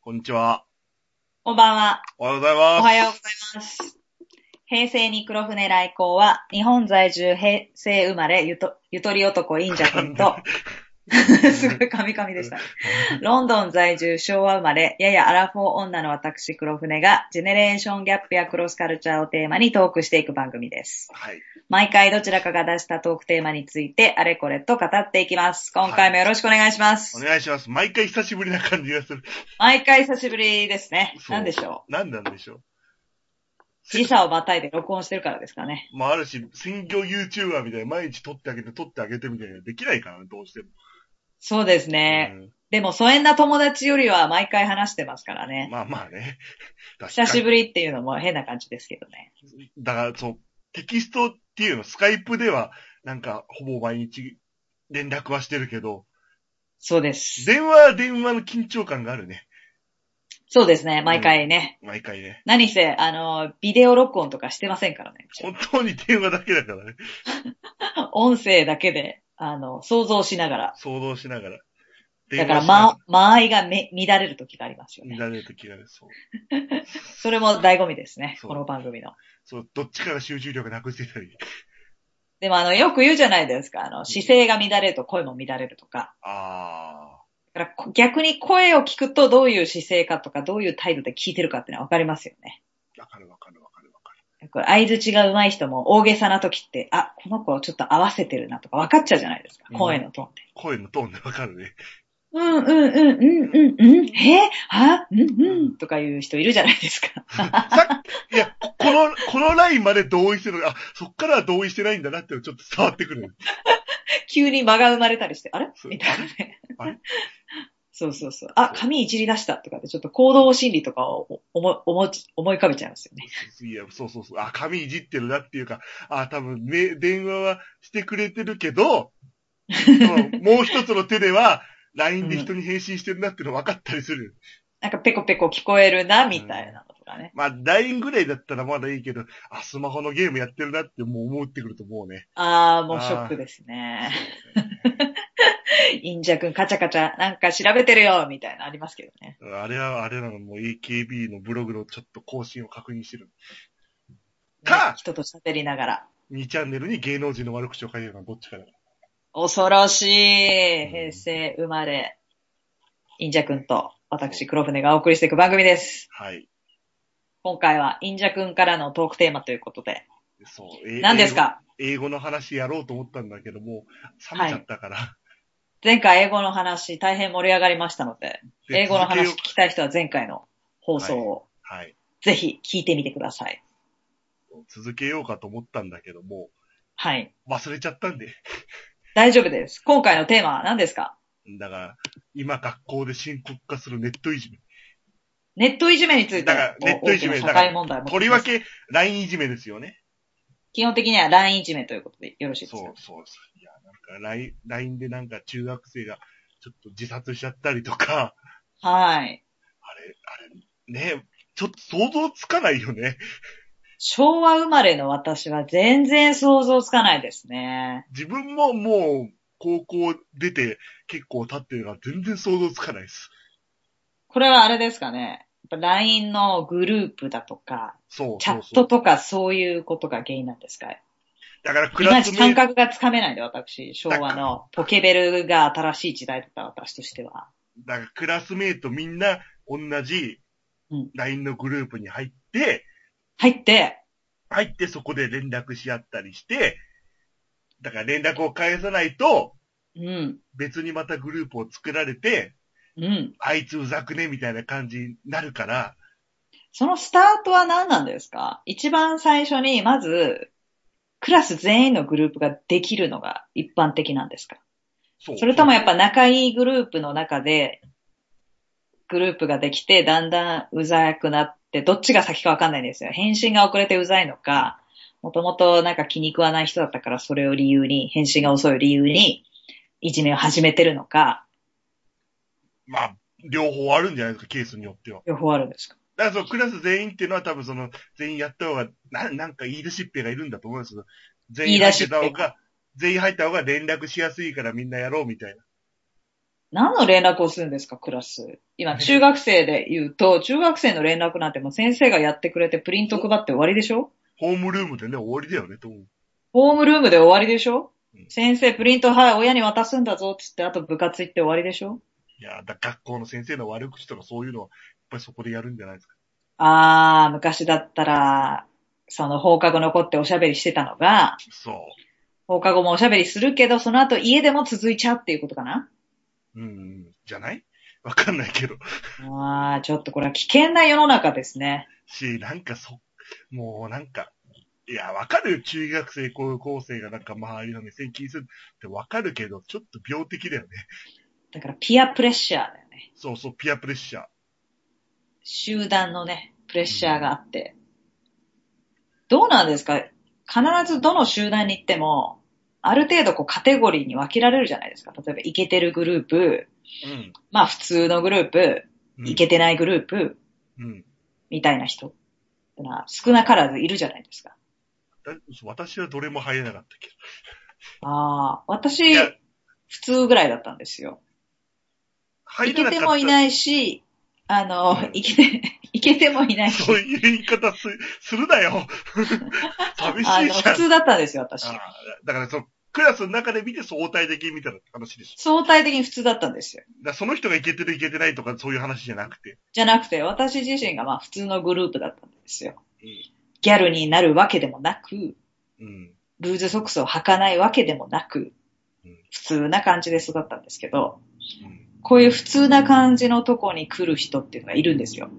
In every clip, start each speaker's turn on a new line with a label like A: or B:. A: こんにちは。
B: こんばんは。
A: おはようございます。
B: おはようございます。平成に黒船来航は、日本在住平成生まれゆと、ゆとり男インジャ 君と、すごいカミカミでした。ロンドン在住昭和生まれ、ややアラフォー女の私黒船が、ジェネレーションギャップやクロスカルチャーをテーマにトークしていく番組です。
A: はい。
B: 毎回どちらかが出したトークテーマについて、あれこれと語っていきます。今回もよろしくお願いします。
A: お願いします。毎回久しぶりな感じがする。
B: 毎回久しぶりですね。
A: そう
B: なんでしょう。
A: 何なんでしょう。
B: 時差をまたいで録音してるからですかね。
A: まああるし、専業 YouTuber みたいな、毎日撮ってあげて、撮ってあげてみたいな、できないからね、どうしても。
B: そうですね。でも、疎遠な友達よりは毎回話してますから
A: うん
B: ね。
A: まあまあね。
B: 久し
A: ぶ
B: ぶりっていうのも変な感じですけどね。
A: り。だから、そう、テキストっていうの、スカイプでは、なんか、ほぼ毎日、連絡はしてるけど、
B: そうです。
A: 電話は電話の緊張感があるね。
B: そうですね、毎回ね。
A: 毎回ね。
B: 何せ、あの、ビデオ録音とかしてませんからね。
A: 本当に電話だけだからね。
B: 音声だけで、あの、想像しながら。
A: 想像しながら。
B: だか
A: 電
B: ら、
A: 話しなが
B: ま、間合いがめ乱れる時がありますよ
A: 見
B: ね。
A: られるときがある。そう。
B: それも醍醐味ですね、
A: そう
B: この番組の。
A: そう、どっちから集中力なくしてたり。
B: でも、あの、よく言うじゃないですか。あの、姿勢が乱れると声も乱れるとか。
A: あ
B: だからこ逆に声を聞くとどういう姿勢かとか、どういう態度で聞いてるかっていうのはわかりますよね。
A: ー、わかるわかるわかるわかる。
B: これ相槌が上手い人も大げさな時って、あ、この子ちょっと合わせてるなとか分かっちゃうじゃないですか。
A: うん
B: 声のトーンで。
A: 声のトーンでわかるね。
B: うんうんうんうんうんうん。えあうんうんとかいう人いるじゃないですか。
A: さっき、いや、 この、このラインまで同意してるのあ、そっからは同意してないんだなっていうのちょっと伝わってくる。
B: 急に間が生まれたりして、あれ
A: そう
B: みたいなね
A: あれ。
B: そうそうそう。あ、髪いじり出したとかって、ちょっと行動心理とかを思い思い思い浮かべちゃいますよね。
A: いや、そうそうそう。あ、髪いじってるなっていうか、あ、多分ね、電話はしてくれてるけど、そのもう一つの手では、LINE で人に返信してるなっていうの分かったりす る。
B: なんかペコペコ聞こえるな、みたいなのとかね。
A: まあ、LINE ぐらいだったらまだいいけど、あ、スマホのゲームやってるなってもう思ってくると思うね。
B: あー、もうショックですね。インジャ君カチャカチャ、なんか調べてるよ、みたいなのありますけどね。
A: あれは、あれなの、もう AKB のブログのちょっと更新を確認してる。か
B: ね人と喋りながら。
A: 2チャンネルに芸能人の悪口を書いてるのはどっちかだから。
B: 恐ろしい平成生まれ、インジャ君と私、黒船がお送りしていく番組です。
A: はい。
B: 今回はインジャ君からのトークテーマということで、
A: そう。え
B: 何ですか
A: 英語英語の話やろうと思ったんだけども、冷めちゃったから。
B: 前回英語の話大変盛り上がりましたので、
A: で
B: 英語の
A: 続け
B: 話聞
A: よ
B: きたい人は前回の放送を
A: うはい。
B: ぜひ聞いてみてください。
A: 続けようかと思ったんだけども、
B: はい。
A: 忘れちゃったんで。
B: 大丈夫です。今回のテーマは何ですか
A: だから、今学校で深刻化するネットいじめ。
B: ネットいじめについて。
A: だからネットいじめ
B: 大きな社会問題も。
A: とりわ。け、LINE いじめですよね。
B: 基本的には LINE いじめということでよろしいですか
A: そうそうそう。いや、なんか LINE、LINE でなんか中学生がちょっと自殺しちゃったりとか、
B: はい。
A: あれ、あれ、ね、ちょっと想像つかないよね。
B: 昭和生まれの私は全然想像つかないですね。
A: 自分ももう、高校出て結構経ってるから全然想像つかないです。
B: これはあれですかね。やっぱ LINE のグループだとか、
A: そう
B: チ
A: そ
B: ャ
A: う
B: ッ
A: そ
B: ト
A: う。
B: とかそういうことが原因なんですか
A: だからク
B: いま
A: ラ
B: い
A: ス
B: ち
A: メ
B: 感
A: イト、
B: 覚がつかめないんで、私。昭和のポケベルが新しい時代だった私としては。
A: だからクラスメイトみんな同じ
B: うん
A: LINE のグループに入って、
B: 入って、
A: 入ってそこで連絡し合ったりして、だから連絡を返さないと、
B: うん、
A: 別にまたグループを作られて、
B: うん。
A: あいつうざくねみたいな感じになるから、
B: そのスタートは何なんですか一番最初に、まず、クラス全員のグループができるのが一般的なんですか
A: そう
B: それともやっぱ仲いいグループの中で、グループができて、だんだんうざくなって、どっちが先かわかんないんですよ。返信が遅れてうざいのか、もともとなんか気に食わない人だったからそれを理由に、返信が遅い理由に、いじめを始めてるのか、
A: まあ、両方あるんじゃないですか、ケースによっては。
B: 両方あるんですか
A: だからそのクラス全員っていうのは多分その、全員やった方が、ななんか言い出しっぺがいるんだと思うんですけど、全員入ってた方
B: 言い出しっ
A: が、全員入った方が連絡しやすいからみんなやろうみたいな。
B: 何の連絡をするんですか、クラス。今、中学生で言うと、中学生の連絡なんてもう先生がやってくれてプリント配って終わりでしょ
A: ホームルームでね、終わりだよね、と思う。
B: ホームルームで終わりでしょ
A: うん
B: 先生、プリント、はい、親に渡すんだぞ、っつって、あと部活行って終わりでしょ
A: いやだ、学校の先生の悪口とかそういうのは、やっぱりそこでやるんじゃないですか。
B: あー、昔だったら、その放課後残っておしゃべりしてたのが、
A: そ
B: 放課後もおしゃべりするけど、その後家でも続いちゃうっていうことかな
A: う。うん、じゃないわかんないけど。
B: あー、ちょっとこれは危険な世の中ですね。
A: し、なんかそ、もうなんか、いや、わかるよ中学生、高校生がなんか周りの目線気にするってわかるけど、ちょっと病的だよね。
B: だからピアプレッシャーだよね。
A: そうそう、ピアプレッシャー。
B: 集団のね、プレッシャーがあって。どうなんですか必ずどの集団に行っても、ある程度こうカテゴリーに分けられるじゃないですか。例えばイケてるグループ、
A: うん。
B: まあ普通のグループ、
A: うん
B: イケてないグループ、
A: うん。
B: みたいな人。少なからずいるじゃないですか。
A: だ私はどれも入れなかったけ
B: ああ、
A: ど。い
B: 私、
A: や、
B: 普通ぐらいだったんですよ。
A: 入
B: い
A: れ
B: け
A: なかった。
B: てもいないし、あの
A: う、ん
B: いけて、いけてもいないし
A: そ、ういう言い方すするな よ。寂し
B: あ
A: い
B: の、
A: じゃ
B: 普
A: ん。
B: 通だったんですよ、私。
A: あだからその、クラスの中で見て相対的に見たら話でしょ。
B: 相対的に普通だったんですよ。
A: だからその人がいけてるいけてないとかそういう話じゃなくて。
B: じゃなくて、私自身がまあ普通のグループだったんですよ
A: うん。
B: ギャルになるわけでもなく、
A: うん。
B: ルーズソックスを履かないわけでもなく
A: うん、
B: 普通な感じで育ったんですけど、
A: うん。
B: こういう普通な感じのとこに来る人っていうのがいるんですよ。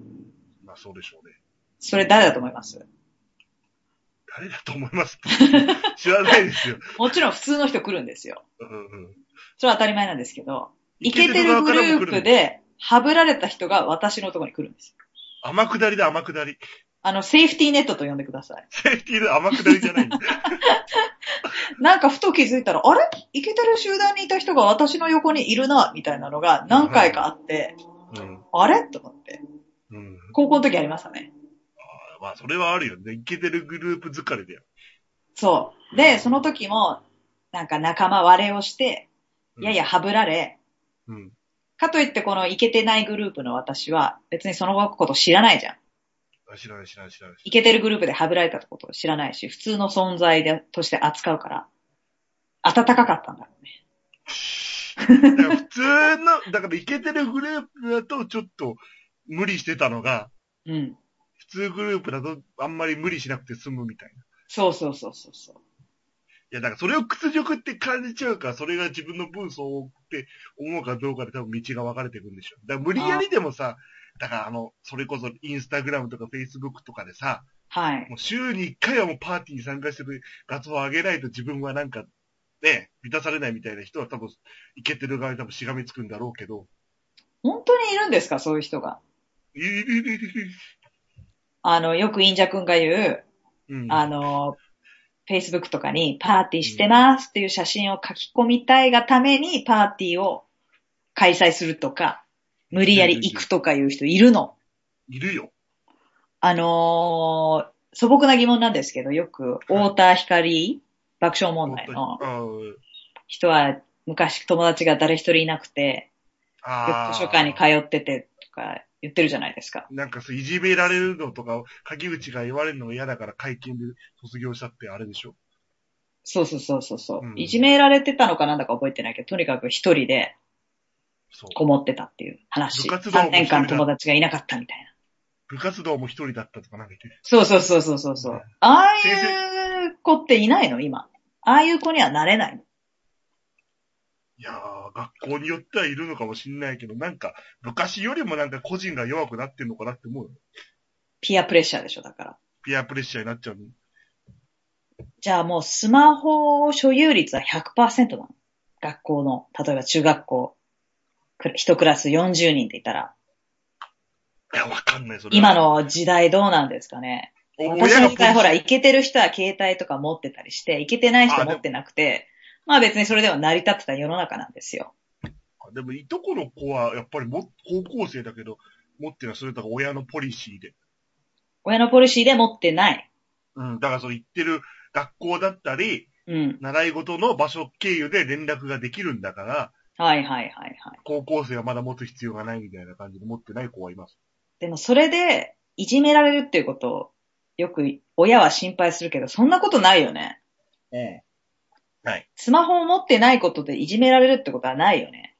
A: まあそうでしょうね。
B: それ誰だと思います
A: 誰だと思い ますって知らないですよ。
B: もちろん普通の人来るんですよ。
A: うんうん。
B: それは当たり前なんですけど、イケてる
A: イケてる側
B: グループ
A: からも来る。
B: で、はぶられた人が私のところに来るんです。
A: 天下りだ、天下り。
B: あの、セーフティーネットと呼んでください。
A: セーフティーだ、天下りじゃない。
B: なんかふと気づいたら、あれイケてる集団にいた人が私の横にいるな、みたいなのが何回かあって、
A: うん。
B: あれと思って。
A: うん。
B: 高校の時ありましたね。
A: まあそれはあるよね。イケてるグループ疲れだよ。
B: そう。で、その時も、なんか仲間割れをして、
A: うん
B: ややはぶられ、
A: うん。
B: かといってこのイケてないグループの私は、別にそのこと知らないじゃん。
A: あ知らない、知らない、知らない。
B: イケてるグループではぶられたってことを知らないし、普通の存在でとして扱うから、暖かかったんだろうね。
A: だから普通の、だからイケてるグループだとちょっと無理してたのが、
B: うん。
A: 普通グループだとあんまり無理しなくて済むみたいな。い
B: そうそうそうそうそう。
A: や、だからそれを屈辱って感じちゃうから、それが自分の分相応って思うかどうかで多分道が分かれていくんでしょ。だから無理やりでもさ、だからあの、それこそインスタグラムとかフェイスブックとかでさ、
B: はい。
A: もう週に1回はもうパーティーに参加してる画像を上げないと自分はなんか、ね、満たされないみたいな人は多分、イケてる側に多分しがみつくんだろうけど、
B: 本当にいるんですかそういう人が。
A: いるいるいるいる
B: あの、よくインジャ君が言う、
A: うん。
B: あの、Facebook とかにパーティーしてますっていう写真を書き込みたいがためにパーティーを開催するとか、無理やり行くとかいう人いるの。
A: いるよ。
B: あのー素朴な疑問なんですけど、よく、太田光、爆笑問題の、
A: うん
B: 人は昔友達が誰一人いなくて、よ
A: あー
B: く図書館に通っててとか言ってるじゃないですか。
A: なんかそう、いじめられるのとか、鍵口が言われるのが嫌だから会見で卒業したってあれでしょ。
B: そうそうそうそうそう、
A: うん
B: いじめられてたのかなんだか覚えてないけど、とにかく一人で
A: そう。
B: こもってたっていう話。
A: 部活動も
B: 3年間友達がいなかったみたいな。
A: 部活動も一人だったとかなんか言って。
B: そうそうそうそうそう。
A: うん
B: ああいう子っていないの今。ああいう子にはなれないの。
A: いやー、学校によってはいるのかもしんないけど、なんか、昔よりもなんか個人が弱くなってんのかなって思うよ。
B: ピアプレッシャーでしょ、だから。
A: ピアプレッシャーになっちゃうの。
B: じゃあもうスマホ所有率は100%なの。学校の、例えば中学校、く一クラス40人っていたら。
A: いや、わかんない、それは。
B: 今の時代どうなんですかね。
A: お
B: 私の時代ほら、
A: 親が
B: イケてる人は携帯とか持ってたりして、イケてない人は持ってなくて、まあ別にそれでも成り立ってた世の中なんですよ。
A: ポリでも、いとこの子は、やっぱりも、高校生だけど、持ってるのはそれとか親のポリシーで。
B: 親のポリシーで持ってない。
A: うん、だからその行ってる学校だったり、
B: うん。
A: 習い事の場所経由で連絡ができるんだから、
B: はいはいはいはい。
A: 高校生はまだ持つ必要がないみたいな感じで持ってない子はいます。
B: でもそれで、いじめられるっていうことを、よく親は心配するけど、そんなことないよね。
A: うん。
B: スマホを持ってないことでいじめられるってことはないよね。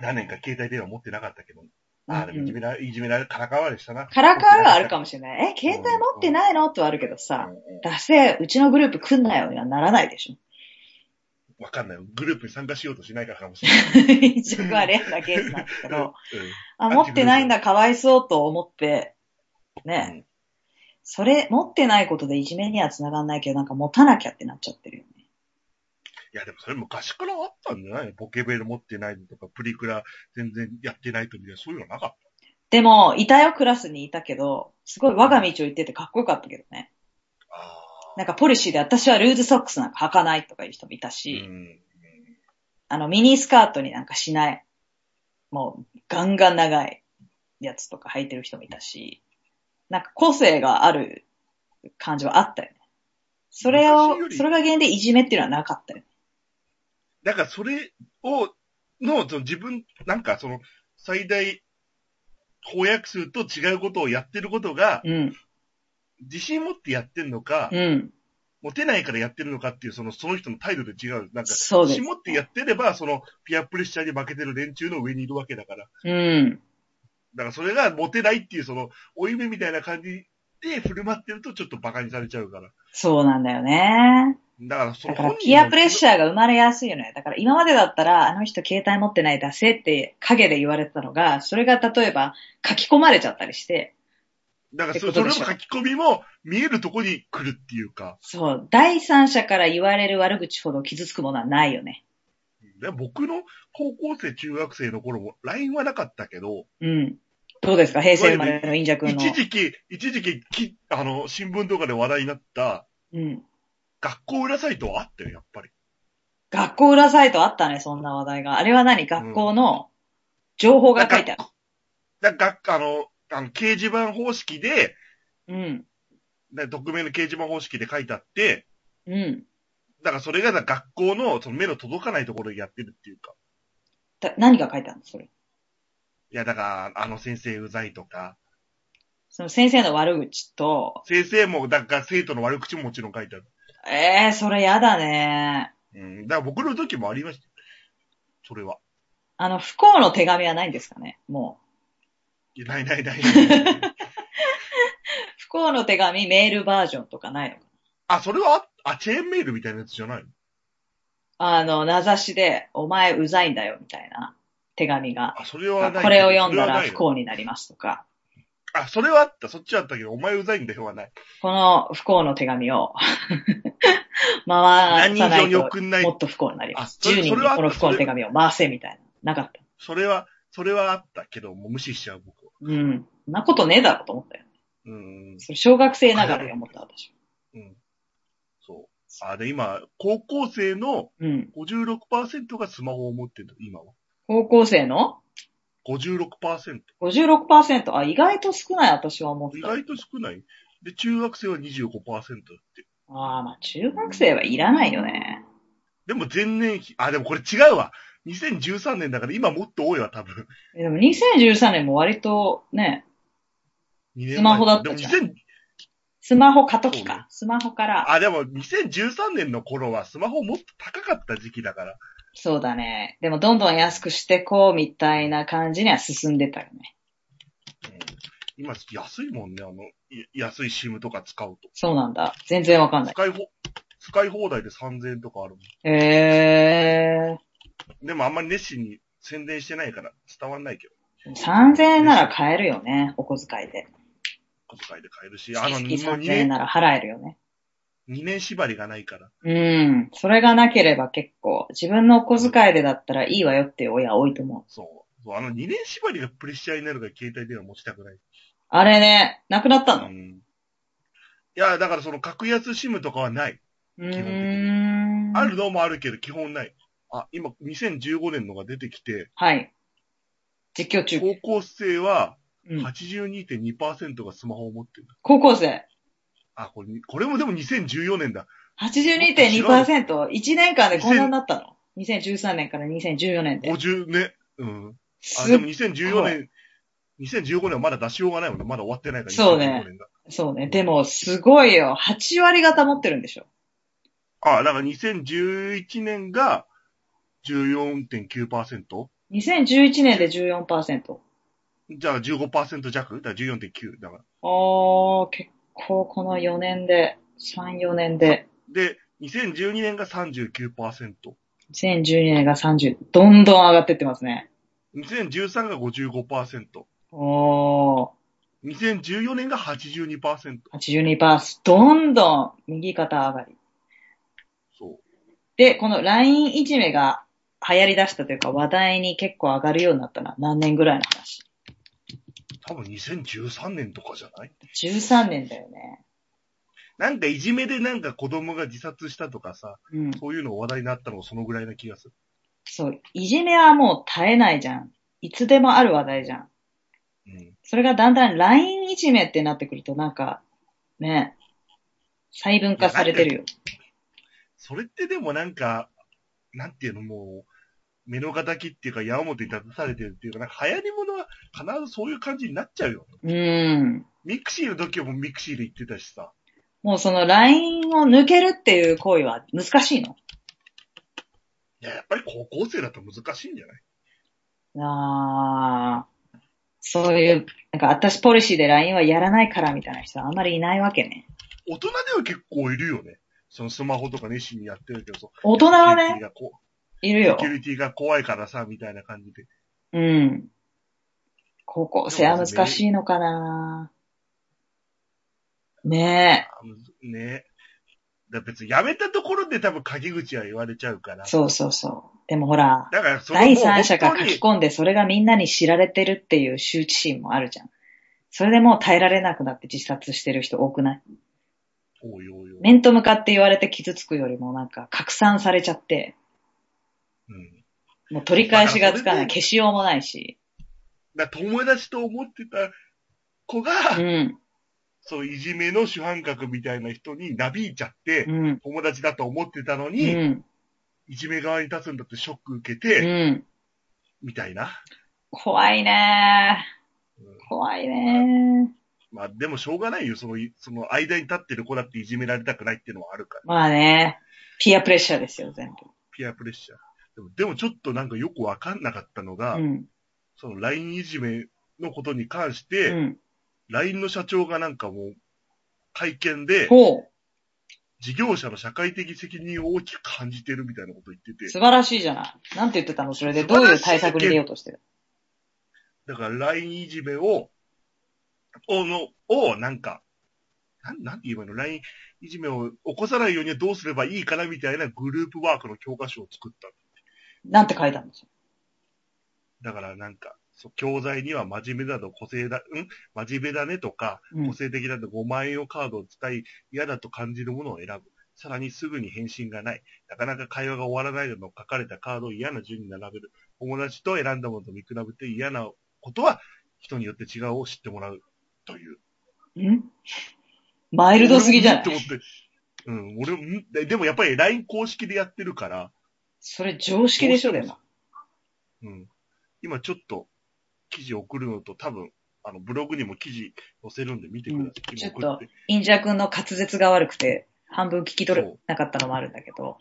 A: 何年か携帯電話持ってなかったけど。ああ、でも
B: う
A: い
B: ん
A: じめられ、いじめられ、からかわれしたな。
B: からかいはあるかもしれない。え、携帯持ってないのとはあるけどさ
A: うん、うん
B: だせ、うちのグループ来んなよにはならないでしょ。
A: わかんない。グループに参加しようとしないからかもしれない。
B: 一応はレアなケースなんですけど、 あ、持ってないんだ、かわいそうと思って、ね、
A: うん
B: それ、持ってないことでいじめには繋がんないけど、なんか持たなきゃってなっちゃってるよね。
A: いや、でもそれ昔からあったんじゃないポケベル持ってないとか、プリクラ全然やってないとみたいな、そういうのなかっ
B: でも、いたよ、クラスにいたけど、すごい我が道を言っててかっこよかったけどね。
A: た。あ
B: なんかポリシーで私はルーズソックスなんか履かないとかいう人もいた
A: う
B: し、
A: ん。
B: あのミニスカートになんかしない、もうガンガン長いやつとか履いてる人もいたし、なんか個性がある感じはあったよね。それを
A: 昔よ、り
B: それが原因でいじめっていうのはなかったよね。
A: だからそれを、の、その自分、なんかその、最大、公約数と違うことをやってることが、
B: うん、
A: 自信持ってやってるのか、
B: うん、
A: 持てないからやってるのかっていう、その、その人の態度で違う。なんか、
B: そうで
A: 自
B: す
A: 信。持ってやってれば、その、ピアプレッシャーに負けてる連中の上にいるわけだから。
B: うん、
A: だからそれがモテないっていう、その、お夢みたいな感じで振る舞ってるとちょっと馬鹿にされちゃうから。
B: そうなんだよね。
A: だからそ
B: だ
A: の
B: からピアプレッシ
A: ャー。
B: ャーが生まれやすいよね。だから今までだったら、あの人携帯持ってない出せって影で言われてたのが、それが例えば書き込まれちゃったりして、
A: だからそ
B: っ
A: そ
B: てこと
A: れ
B: で
A: も
B: しょ
A: 書き込みも見えるとこに来るっていうか、
B: そう。第三者から言われる悪口ほど傷つくものはないよね。
A: で僕の高校生、中学生の頃も LINE はなかったけど、
B: うん。どうですか平成生まれの陰弱の。
A: 一時期、一時期き、あの、新聞とかで話題になった
B: うん。
A: 学校裏サイトはあったよ、やっぱり。
B: 学校裏サイトあったね、そんな話題が。あれは何学校の情報が書いてある。
A: だから学あの、あの、掲示板方式で、
B: うん。
A: で匿名の掲示板方式で書いてあって、
B: うん。
A: だからそれがだから学校のその目の届かないところでやってるっていうか。
B: だ何が書いてあるのそれ。
A: いや、だから、あの先生うざいとか、
B: その先生の悪口と、
A: 先生も、だから生徒の悪口ももちろん書いてある。
B: ええー、それやだね。
A: うん。だから僕の時もありました。それは。
B: あの、不幸の手紙はないんですかねも
A: いやないないない。
B: う。不幸の手紙メールバージョンとかないのか
A: あ、それはあ、あ、チェーンメールみたいなやつじゃないの
B: あの、名指しで、お前うざいんだよ、みたいな手紙が。
A: あ、それはない。
B: これを読んだら
A: それはない
B: 不幸になりますとか、
A: あ、それはあった。そっちはあったけど、お前うざいんだよはない。
B: この不幸の手紙を 回
A: 何人
B: さな
A: 以上
B: い
A: に
B: と
A: 送んない
B: も。っと不幸になります。
A: あそれ
B: 10人
A: そ
B: に
A: れはあった
B: この不幸の手紙を回せみたいな。なかった。
A: それは、それはあったけど、もう無視しちゃう僕は。
B: うん。そんなことねえだろうと思ったよ。
A: うん。
B: それ小学生ながらに思った私。
A: うん。そう。あ、で、今、高校生の
B: うん。
A: 56%がスマホを持ってるの、今は。
B: 高校生の
A: 56%。
B: 56%。あ、意外と少ない私は思っ
A: 意
B: た。
A: 外と少ない。で、中学生は25%だって。
B: ああ、まあ中学生はいらないよね。
A: でも前年比、あ、でもこれ違うわ。2013年だから今もっと多いわ、多分。
B: えでも2013年も割とね、
A: 2年前
B: スマホだった
A: で
B: じ
A: も
B: ゃん
A: 2000
B: スマホ過渡期
A: そうね
B: か。スマホから
A: あ、でも2013年の頃はスマホもっと高かった時期だから。
B: そうだね。でもどんどん安くしてこうみたいな感じには進んでたよね。
A: うん今安いもんね、あの、い安い SIM とか使うと。
B: そうなんだ。全然わかんない。
A: 使いほ、使い放題で3000円とかあるも
B: え
A: ん。でもあんまり熱心に宣伝してないから伝わんないけど。
B: ー。3000円なら買えるよね。お小遣いで。
A: 小遣いで買えるし、あ
B: 月
A: の、
B: 々
A: もう2
B: 3000円
A: 年、
B: なら払えるよね。
A: 2年縛りがないから。
B: うん。それがなければ結構、自分のお小遣いでだったらいいわよっていう親多いと思う。
A: そう。そうあの、2年縛りがプレッシャーになるから携帯電話持ちたくない。
B: あれね、なくなったの
A: うん。いや、だからその格安シムとかはない。
B: う
A: 的に
B: ーん。
A: あるのもあるけど、基本ない。あ、今、2015年のが出てきて、
B: はい。実況中。
A: 高校生は
B: うん、
A: 82.2%がスマホを持ってる。
B: 高校生。
A: あ、これ、これもでも2014年だ。
B: 82.2%。1年間でこんなになったの2013年から2014年で。
A: 50ね。うん。あ、
B: す
A: で
B: っ
A: も2014年、2015年はまだ出しようがないもんね。まだ終わってないから。
B: そうね
A: 2015年が。
B: そうね。でも、すごいよ。8割方持ってるんでしょ。
A: あ、だから2011年が14.9%?
B: 2011年で14%。
A: じゃあ15%弱だから14.9。だから。
B: おー、結構この4年で、3、4年で、
A: で、2012年が39%。
B: 2012年が30、どんどん上がってってますね。
A: 2013が55%。
B: おー、
A: 2014年が82%。
B: 82%パース、どんどん右肩上がり。
A: そう。
B: で、この LINE いじめが流行り出したというか話題に結構上がるようになったな。何年ぐらいの話。
A: 多分2013年とかじゃない
B: 13年だよね。
A: なんかいじめでなんか子供が自殺したとかさ、
B: うん。
A: そういうの話題になったのがそのぐらいな気がする。
B: そう、いじめはもう絶えないじゃん。いつでもある話題じゃん。
A: うん。
B: それがだんだん LINE いじめってなってくるとなんか、ね、細分化されてるよ。
A: それってでもなんか、なんていうのもう、目の敵っていうか矢面に立たされてるっていうか、なんか流行り物は必ずそういう感じになっちゃうよ。
B: うん。
A: ミクシーの時はもうミクシーで言ってたしさ。
B: もうその LINE を抜けるっていう行為は難しいの
A: いや、やっぱり高校生だと難しいんじゃない
B: ああ、そういう、なんか私ポリシーで LINE はやらないからみたいな人はあんまりいないわけね。
A: 大人では結構いるよね。そのスマホとか熱心にやってるけど、そう
B: 大人は
A: セキュリティ
B: ね、
A: がこ
B: いる
A: セ
B: よ
A: キ。ュリティが怖いからさ、みたいな感じで。
B: うん。高校生は難しいのかなね
A: あむずねだから別にやめたところで多分鍵口は言われちゃうから
B: え。。そうそうそう。でもほら、
A: だからその
B: 第三者が書き
A: に、
B: 込んで、それがみんなに知られてるっていう羞恥心もあるじゃん。それでもう耐えられなくなって自殺してる人多くない
A: おいおいおい
B: 面と向かって言われて傷つくよりもなんか拡散されちゃって、
A: うん。
B: もう取り返しが
A: だ
B: つか
A: から
B: な
A: それ
B: い、
A: で
B: 消しようもないし。
A: だから友達と思ってた子が、
B: うん、
A: そういじめの主犯格みたいな人になびいちゃって、
B: うん、
A: 友達だと思ってたの
B: う
A: に、
B: ん、
A: いじめ側に立つんだってショック受け
B: う
A: て、
B: ん。
A: みたいな。
B: 怖いね
A: う
B: ー怖いねー
A: まあでもしょうがないよ。その、いその間に立ってる子だっていじめられたくないっていうのはあるから。
B: まあね、ピアプレッシャーですよ、全
A: ピアプレッシャー。でもでもちょっとなんかよくわかんなかったの
B: 部。
A: が、
B: うん、
A: その LINE いじめのことに関し
B: う
A: て、
B: ん。
A: LINE の社長がなんかもう、会見で、
B: ほ
A: 事業者の社会的責任を大きく感じてるみたいなこと言って
B: う、
A: て、
B: 素晴らしいじゃない。なんて言ってたのそれでどういう対策に出ようとしてる
A: だから LINE いじめを、をの、をなんか、なん、なんて言えばいいの ?LINE いじめを起こさないようにはどうすればいいかなみたいなグループワークの教科書を作った。
B: なんて書いたんです
A: だからなんか、そう教材には真面目だと個性だ、ん真面目だねとか、
B: うん
A: 個性的だと5万円をカードを使い、嫌だと感じるものを選ぶ。さらにすぐに返信がない。なかなか会話が終わらないなど書かれたカードを嫌な順に並べる。友達と選んだものと見比べて嫌なことは人によって違うを知ってもらうという。
B: んマイルドすぎじゃない
A: 俺もんって思って。うん、俺もん、ででもやっぱり LINE 公式でやってるから、
B: それ常識でしょ、でも。
A: うん。今ちょっと記事送るのと多分、あの、ブログにも記事載せるんで見てください。
B: うん
A: 今送
B: ちょっと
A: て
B: インジャ君の滑舌が悪くて、半分聞き取
A: そ
B: れなかったのもあるんだけど、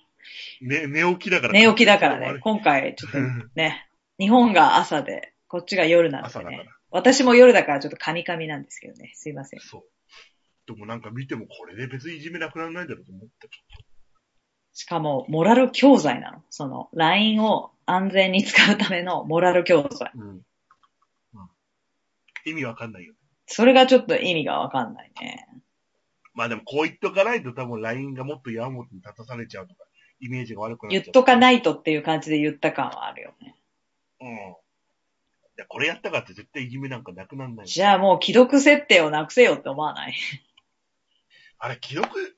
A: ね寝起きだから。
B: 寝起きだからね、
A: 悪い。
B: 今回ちょっとね、日本が朝で、こっちが夜なんで
A: 朝だから
B: ね。。私も夜だからちょっとカミカミなんですけどね、すいません。
A: そう。でもなんか見てもこれで別にいじめなくならないだろうと思った。
B: しかも、モラル教材なの。その、LINE を安全に使うためのモラル教材。
A: うん。うん、意味わかんないよ。
B: それがちょっと意味がわかんないね。
A: まあでもこう言っとかないと多分 LINE がもっと矢面に立たされちゃうとか、イメージが悪くなっちゃ
B: 言
A: う。
B: っとか
A: い。
B: ないとっていう感じで言った感はあるよね。
A: うん。でこれやったからって絶対いじめなんかなくならない。
B: じゃあもう既読設定をなくせよって思わない
A: あれ、記録、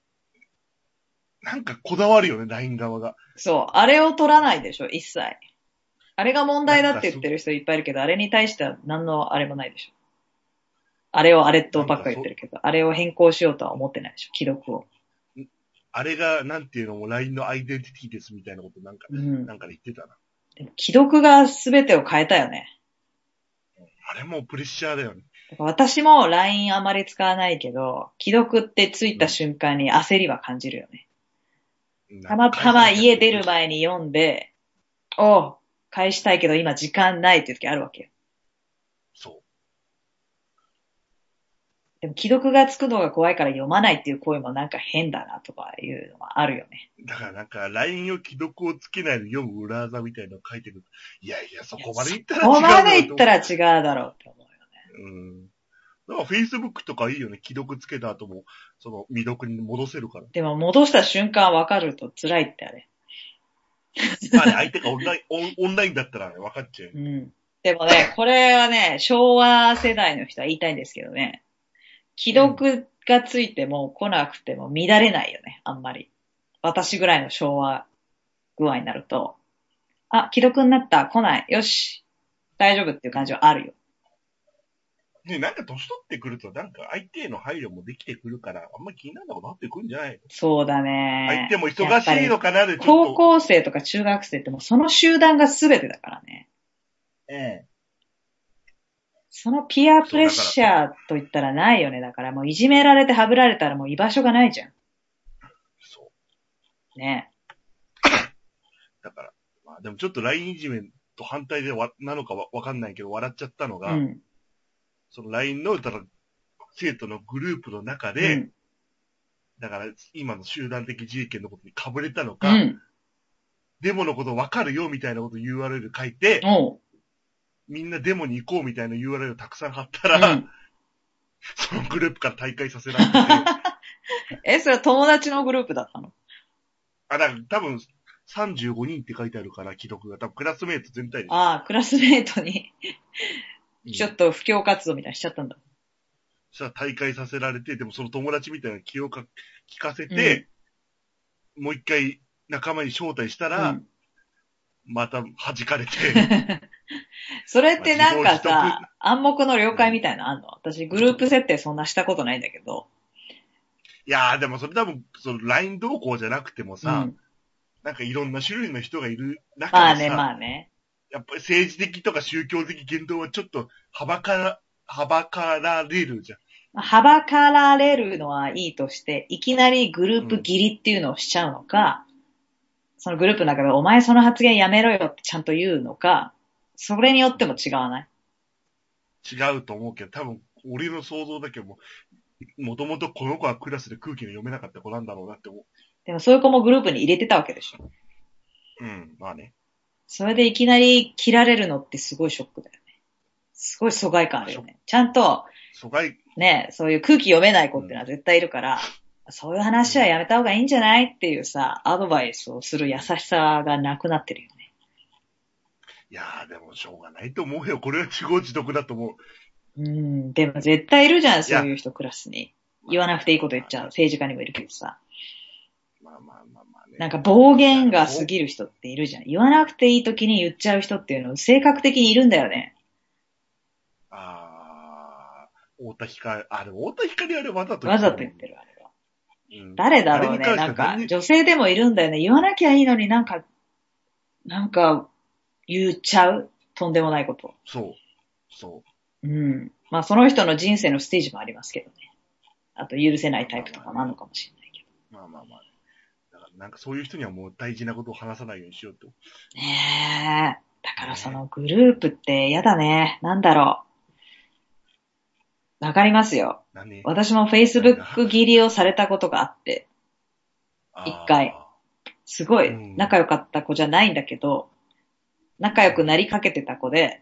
A: なんかこだわるよね、LINE 側が。
B: そう。あれを取らないでしょ、一切。あれが問題だって言ってる人いっぱいいるけど、あれに対しては何のあれもないでしょ。あれをあれとばっか言ってるけど、あれを変更しようとは思ってないでしょ、記録を。
A: あれが、なんていうのも LINE のアイデンティティですみたいなことなんか、
B: うん。
A: なんかで言ってたな。
B: でも既読が全てを変えたよね。
A: あれもプレッシャーだよね。
B: だから私も LINE あまり使わないけど、既読ってついた瞬間に焦りは感じるよね。たまたま家出る前に読んで、おう、返したいけど今時間ないっていう時あるわけよ。
A: そ
B: でも既読がつくのが怖いから読まないっていう行為もなんか変だなとかいうのはあるよ ね。
A: う。だからなんか、LINE を既読をつけないで読む裏技みたいなの書いてる。いやいや、そこまでいったら違う
B: ここ
A: なと思
B: まで行ったら違うだろうって思うよね。
A: うん。だから Facebook とかいいよね。既読つけた後も、その未読に戻せる から。
B: でも戻した瞬間分かると辛いってあれ。
A: まあね、相手がオンライン、オンオンラインだったらね、分かっちゃうよ
B: う
A: ね。
B: ん。で もね、これはね、昭和世代の人は言いたいんですけどね、既読がついても来なくても乱れないよね、あんまり。私ぐらいの昭和具合になると、あ、既読になった、来ない、よし、大丈夫っていう感じはあるよ。
A: ね、なんか年取ってくると、なんか相手への配慮もできてくるから、あんまり気にならなくなってくるんじゃないの
B: そうだね
A: 相。手も忙しいのかなで、ちょっ
B: 高
A: と。
B: 校生とか中学生ってもうその集団が全てだからね。
A: うん。
B: そのピアプレッシャーと言ったらないよね。だからもういじめられてはぶられたらもう居場所がないじゃん。
A: そう。
B: ね。
A: だから、まあでもちょっと LINE いじめと反対でわ、なのかわわかんないけど、笑っちゃったの
B: う
A: が、
B: ん。
A: その LINE の、だから、生徒のグループの中
B: う
A: で、
B: ん
A: だから今の集団的自衛権のことにかぶれたの
B: う
A: か、
B: ん。
A: デモのことわかるよみたいなこと URL 書いて、
B: おう。
A: みんなデモに行こうみたいな URL をたくさん貼った
B: う
A: ら、
B: ん、
A: そのグループから退会させられてて、 あ、
B: え、それは友達のグループだったの
A: だから多分35人って書いてあるから、既読が。多分クラスメイト全体で。
B: ああ、クラスメイトに
A: うん
B: ちょっと布教活動みたいにしちゃったんだ。
A: そしたら大会させられて、でもその友達みたいな気をか聞かせて、もう一回仲間に招待したら、
B: うん
A: また弾かれて、
B: それってなんか
A: まあ自業自
B: さ、暗黙の了解みたいなのあんの私グループ設定そんなしたことないんだけど。
A: いやーでもそれ多分、その LINE 同行じゃなくても
B: う
A: さ、
B: ん。
A: なんかいろんな種類の人がいる中
B: まあ
A: でさ、
B: ね、まあね。
A: やっぱり政治的とか宗教的言動はちょっとはばから、はばかられるじゃん。
B: まあはばかられるのはいいとして、いきなりグループ切りっていうのをしちゃうのか、そのグループの中でお前その発言やめろよってちゃんと言うのか、それによっても違わない
A: 違うと思うけど、多分、俺の想像だけども、もともとこの子はクラスで空気の読めなかった子なんだろうなって思
B: でもそういう子もグループに入れてたわけでしょ。
A: う。うん、まあね。
B: それでいきなり切られるのってすごいショックだよね。すごい疎外感あるよね。ちゃんと、
A: 疎外、
B: ね、そういう空気読めない子っていうのは絶対いるから、そういう話はやめた方がいいんじゃないっていうさ、アドバイスをする優しさがなくなってるよね。
A: いやーでもしょうがないと思うよ。これは自業自得だと思う。
B: うん、でも絶対いるじゃん、そういう人クラスに。言わなくていいこと言っちゃう。
A: ま
B: 政治家にもいるけど
A: あ。
B: さ。
A: まあまあまあまあね。
B: なんか暴言が過ぎる人っているじゃん。言わなくていい時に言っちゃう人っていうの、性格的にいるんだよね。
A: あー、太田光、あれ、太田光あれわざと
B: わざと言ってる、あれは。
A: る。うん、
B: 誰だろう
A: あれ
B: ね。
A: に関
B: な
A: し
B: ん
A: ては
B: か
A: 何、
B: 女性でもいるんだよね。言わなきゃいいのになんか、なんか、言っちゃう。とんでもないこと。
A: そう。そう。
B: うん。まあ、その人の人生のステージもありますけどね。あと、許せないタイプとかもあるのかもしれないけ
A: まあまあまあ、ね。だからなんかそういう人にはもう大事なことを話さないようにしようと。
B: ど。ねえ。だから、そのグループって嫌だね。なんだろう。わかりますよ。
A: 何
B: 私も Facebook 切りをされたことがあって、一回。すごい
A: うん
B: 仲良かった子じゃないんだけど、仲良くなりかけてた子で、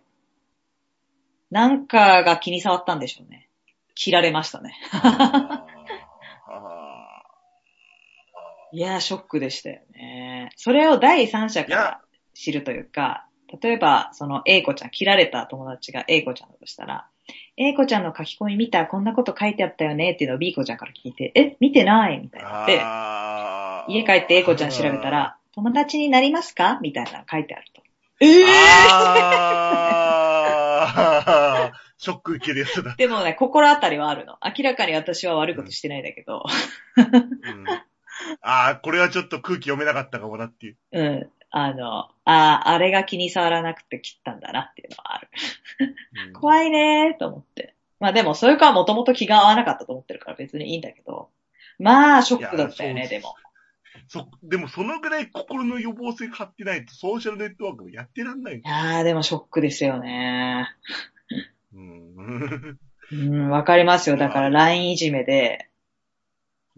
B: なんかが気に障ったんでしょうね。切られましたね。
A: あーあーあ
B: いやー、ショックでしたよね。それを第三者から知るというか、例えば、その、A 子ちゃん、切られた友達が A 子ちゃんだとしたら、A 子ちゃんの書き込み見た、こんなこと書いてあったよねっていうのを B 子ちゃんから聞いて、え、見てないみたいにな
A: ー
B: って、
A: あー。
B: 家帰って A 子ちゃん調べたら、友達になりますかみたいなの書いてあると。え
A: あー。ショック受けるやつだ。
B: でもね、心当たりはあるの。明らかに私は悪いことしてないんだけど、
A: うんああ、これはちょっと空気読めなかったかもなっていう。
B: うん。あの、あ、あれが気に障らなくて切ったんだなっていうのはある。
A: うん
B: 怖いねーと思って。まあでも、それからもともと気が合わなかったと思ってるから別にいいんだけど。まあ、ショックだったよ
A: いや
B: ね、
A: そうそ、で
B: でも。
A: もそのぐらい心の予防性張ってないとソーシャルネットワークもやってらんない
B: い。やー、でもショックですよね。
A: うん。
B: うん、わかりますよ。だから LINE いじめで、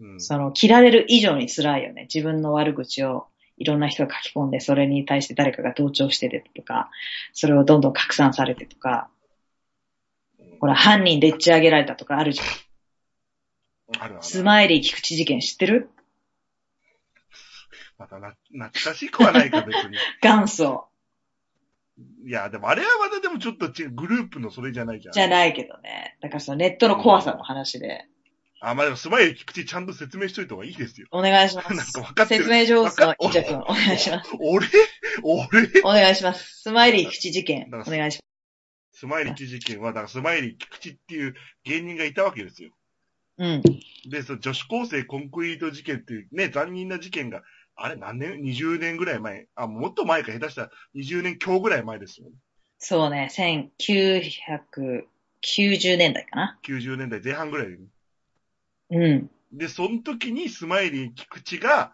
A: うん
B: その、切られる以上に辛いよね。自分の悪口をいろんな人が書き込んで、それに対して誰かが同調しててとか、それをどんどん拡散されてとか、ほら、犯人でっち上げられたとかあるじゃん。
A: あるある。
B: スマイリー菊池事件知ってる
A: またな、懐かしくはないか別に。
B: 元祖
A: いや、でもあれはまたでもちょっと違う、グループのそれじゃないじゃん。
B: じゃ
A: い。
B: ないけどね。だからそのネットの怖さの話で。
A: あ、まあでもスマイル菊池ちゃんと説明しといた方がいいですよ。
B: お願いしま
A: なん
B: す
A: か。分かってる
B: 説明上手
A: 分
B: の
A: かっ
B: イチャ君、お願いします。
A: 俺俺
B: お願いします。スマイリー菊池事件、お願いします。
A: スマイル記事件は、だからスマイル菊池っていう芸人がいたわけですよ。
B: うん。
A: で、その女子高生コンクリート事件っていうね、残忍な事件が、あれ何年 ?20 年ぐらい前。あ、もっと前か下手したら20年強ぐらい前ですよ。
B: そうね、1990年代かな。
A: 90年代前半ぐらい。
B: うん。
A: で、その時にスマイリー菊池が、